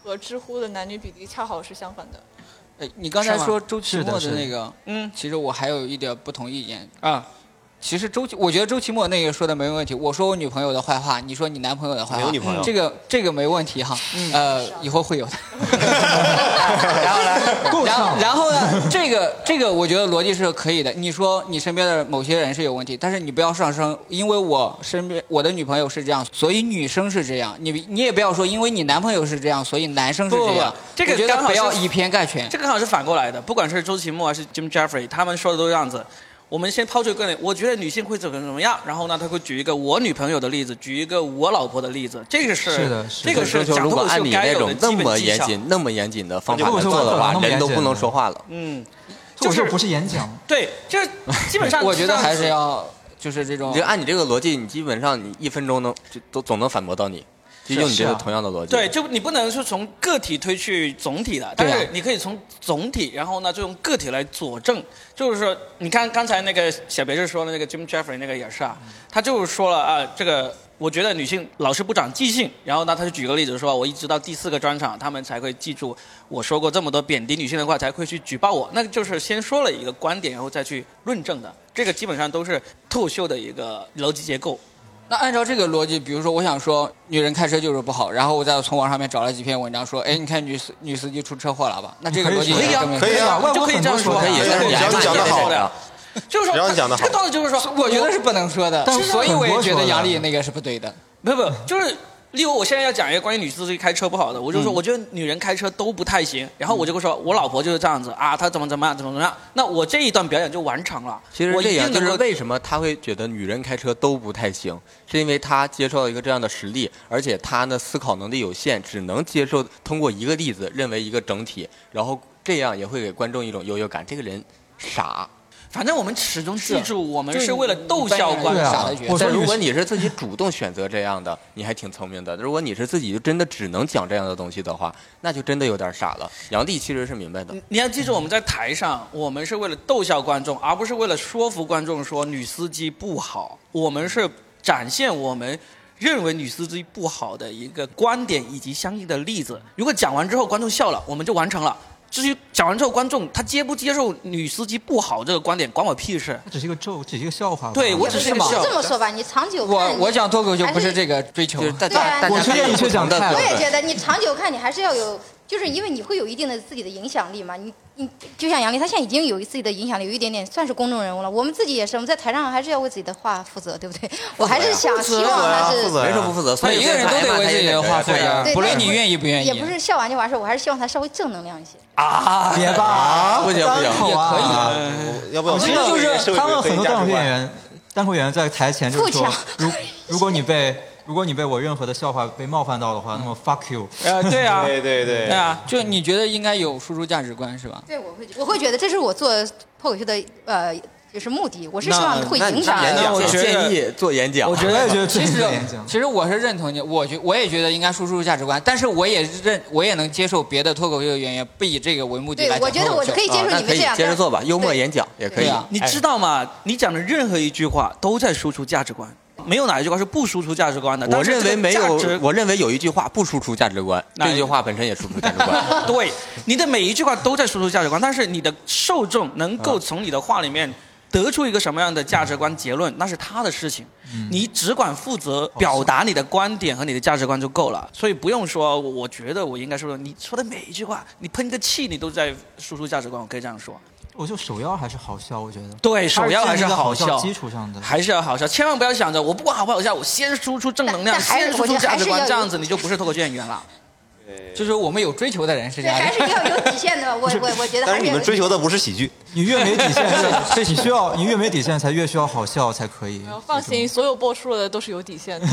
和知乎的男女比例恰好是相反的。
呃你刚才
是吗
说周奇
是的
墨
是
的
的
那个，
嗯
其实我还有一点不同意见。
啊，
其实周奇，我觉得周奇墨那个说的没问题。我说我女朋友的坏话，你说你男朋友的坏话，
没有女朋友
这个这个没问题哈。
嗯
呃，以后会有的。
然后呢？
够
然后
呛。
然后呢， [LAUGHS] 这个这个我觉得逻辑是可以的。你说你身边的某些人是有问题，但是你不要上升，因为我身边我的女朋友是这样，所以女生是这样。你你也不要说因为你男朋友是这样，所以男生是
不不
这
不
样。
这个
我觉
刚
得
好
不
是
要以偏概全。
这个好像是反过来的，不管是周奇墨还是 Jim Jeffrey，他们说的都是这样子。我们先抛出一个，我觉得女性会怎么怎么样，然后呢，他会举一个我女朋友的例子，举一个我老婆的例子，这个是
是的是的
这个
就是说，
讲
如果
脱口
按
秀
你
该
那
有的
种那
基
么
本技
严
巧。
谨、那么严谨的方法
就
来
是
做的
我
话，
说那么
人都
严谨
不能说话了。
嗯，
脱口秀
就是
不是演讲，
对，就是基本上
我觉得还
这
是
样子
要就是这种
你就按你这个逻辑，你基本上你一分钟能就都总能反驳到你，就是用你这
是
个
啊
同样的逻辑。
对，就你不能是从个体推去总体的，但
对啊
是你可以从总体，然后呢，就用个体来佐证。就是说，你看刚才那个小别致说的那个 Jim Jeffrey 那个也是啊，他就是说了啊，这个我觉得女性老是不长记性，然后呢，他就举个例子说，我一直到第四个专场，他们才会记住我说过这么多贬低女性的话，才会去举报我。那就是先说了一个观点，然后再去论证的，这个基本上都是透秀的一个逻辑结构。
那按照这个逻辑，比如说我想说女人开车就是不好，然后我再从网上面找了几篇文章说，哎，你看女司女司机出车祸了吧？那这个逻辑
可
以啊
根本
可以啊
外
就
国
可以
很
这
多
样
说
说
法
可以，但是你
只要
还
你
是
讲得
得
好
得啊
就是说，
只要你讲得
[LAUGHS] 这个
好
道理就是说，
我觉得是不能说的，啊
但是
所以我
很
也
多
觉得
说的
杨笠那个是不对的。
不不，就是例如我现在要讲一个关于女司机开车不好的，我就说我觉得女人开车都不太行，然后我就会说我老婆就是这样子啊，她怎么怎么样怎么怎么样，那我这一段表演就完成了。
其实
我
这
一
也
定
就
能
是
够
为什么他会觉得女人开车都不太行，是因为他接受到一个这样的实例，而且他呢思考能力有限，只能接受通过一个例子认为一个整体，然后这样也会给观众一种优越感。这个人傻，
反正我们始终记
是
住，我们
就是
是为了逗
你
笑
扮演
观
对
众。
傻
啊
的角，色
我说
但如
女
果
生
你是自己主动选择这样的，你还挺聪明的；如果你是自己就真的只能讲这样的东西的话，那就真的有点傻了。杨帝其实是明白
嗯
的，
你你要记住，我们在台上，我们是为了逗笑观众，而不是为了说服观众说女司机不好。我们是展现我们认为女司机不好的一个观点以及相应的例子。如果讲完之后观众笑了，我们就完成了。至于讲完之后观众他接不接受女司机不好这个观点，管我屁事。
它只是一个咒，只是一个笑话吧。
对我只是
是
个笑
这么说吧，你长久看
我
你
我讲脱口秀
还
不是
是
这个追求
就，是大
对啊
家大家
我
是愿意去讲
的
态
我
度
也觉得你长久看，你还是要有，就是因为你会有一定的自己的影响力嘛。你你就像杨笠，他现在已经有自己的影响力，有一点点算是公众人物了。我们自己也是，我们在台上还是要为自己的话负责，对不对？我还是想希望他
啊，
是
负。责
没
呀
说不负责，所以
每个人都得为自己的话负责，
对
不
但
论你
是
愿意不愿意。
也不是笑完就完事儿，我还是希望他稍微正能量一些。
[LAUGHS]
啊 [LAUGHS]
别吧，
不行不行
单口啊
也可以啊
我要不要
我
我
觉
们
得
社
就
会人？
是他们很多单口演
员，
员，单口演员在台前就是说
富强，
如如果你被如果你被我任何的笑话被冒犯到的话，那么 fuck you。
呃，对
[LAUGHS]
啊，
对对对
对，啊，
就你觉得应该有输出价值观是吧？
对，我会我会觉得这是我做脱口秀的呃，就是目的。我是希
那
望会
那你
影响
哎
演
那
讲
我觉得
建议做演讲，
我也觉得这
其
是
实
演讲，
其实我是认同你，我觉我也觉得应该输出价值观，但是我也认我也能接受别的脱口秀演员不以这个为目的
对
来，
我
讲
觉得我
脱口
可
秀哦
以接
啊
受
那
你们这样。
可以接着做吧，幽默
对
演讲也可以
对。
哎
啊
你知道吗？你讲的任何一句话都在输出价值观，没有哪一句话是不输出价值观的。
我
但是
认
这个
为没有
价值，
我认为有一句话不输出价值观，
哪一
这
个
句话本身也输出价值观。
[LAUGHS] 对，你的每一句话都在输出价值观，但是你的受众能够从你的话里面得出一个什么样的价值观结论，那是他的事情。你只管负责表达你的观点和你的价值观就够了，所以不用说我觉得我应该说的，你说的每一句话，你喷个气，你都在输出价值观。我可以这样说，
脱口秀首要还是好笑，我觉得。
对，
它
首要还
建立
是
在
好
好
笑
基础上的。
还是要好笑，千万不要想着我不管好不好笑，我先输出正能量，
但但还
先
是
输
我觉
出
得
价值观
还，是
这
要有
样子你就不是脱口秀演员了。
就是我们有追求的人是
对，
这样
还
的。
是要有底线的。我我我觉得还
但
是
是你
有
们追求的不是喜剧，
[LAUGHS] 你越没底线，是你需要你越没底线才越需要好笑才可以。
放心，所有播出的都是有底线的。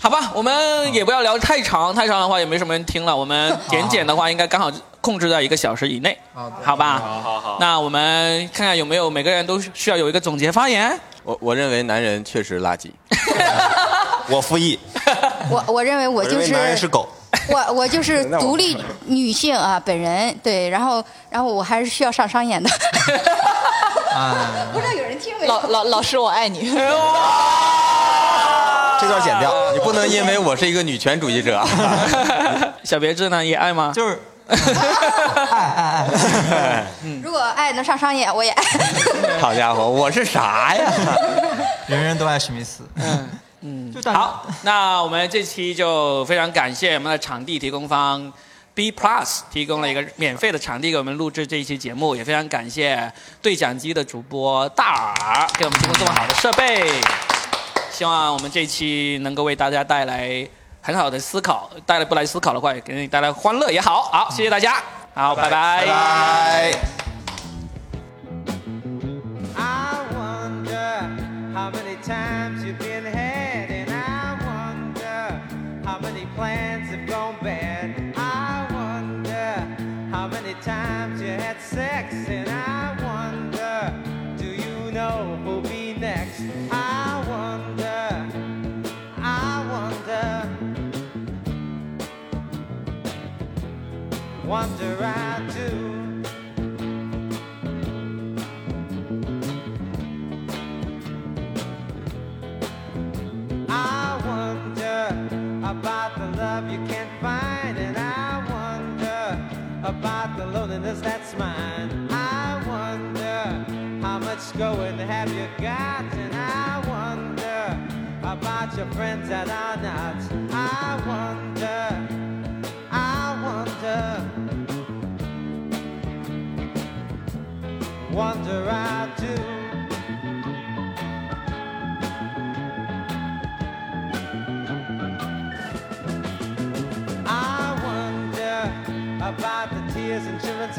好吧，我们也不要聊太长，太长的话也没什么人听了。我们简简的话，应该刚好控制在一个小时以内，好吧？好好好。那我们看看有没有每个人都需要有一个总结发言。
我我认为男人确实垃圾。
我复议，
我我认为我
我认
就
为
是
男人是狗。
我我就是
那我
独立女性啊，本人对，然后然后我还是需要上商演的。
啊
不知道有人听没有？
老老老师，我爱你。
这段剪掉。
啊
你不能因为我是一个女权主义者，
[LAUGHS] 小别致呢也爱吗？ [LAUGHS]
就是，哎
[LAUGHS]
哎哎，
[LAUGHS] 如果爱能上商演，我也爱。
好家伙，我是啥呀？
[LAUGHS] 人人都爱史密斯。嗯就大家
好，那我们这期就非常感谢我们的场地提供方 B Plus 提供了一个免费的场地给我们录制这一期节目，也非常感谢对讲机的主播大耳给我们提供这么好的设备。希望我们这期能够为大家带来很好的思考，带来不来思考的话，也给你带来欢乐也好。好，谢谢大家，好，拜拜
拜。
I wonder how many times you've been had, and I wonder how many plans have gone bad. I wonder how many times you had sex, and I wonder, do you know who'll be next? I wonder, I wonder. Wonder I do. I wonder about the love you can't find, and I wonder about the loneliness that's mine. I wonder how much going have you got, and I wonder about your friends that are not. I wonder, I wonder, wonder I do. I wonder about the tears in children's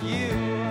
you?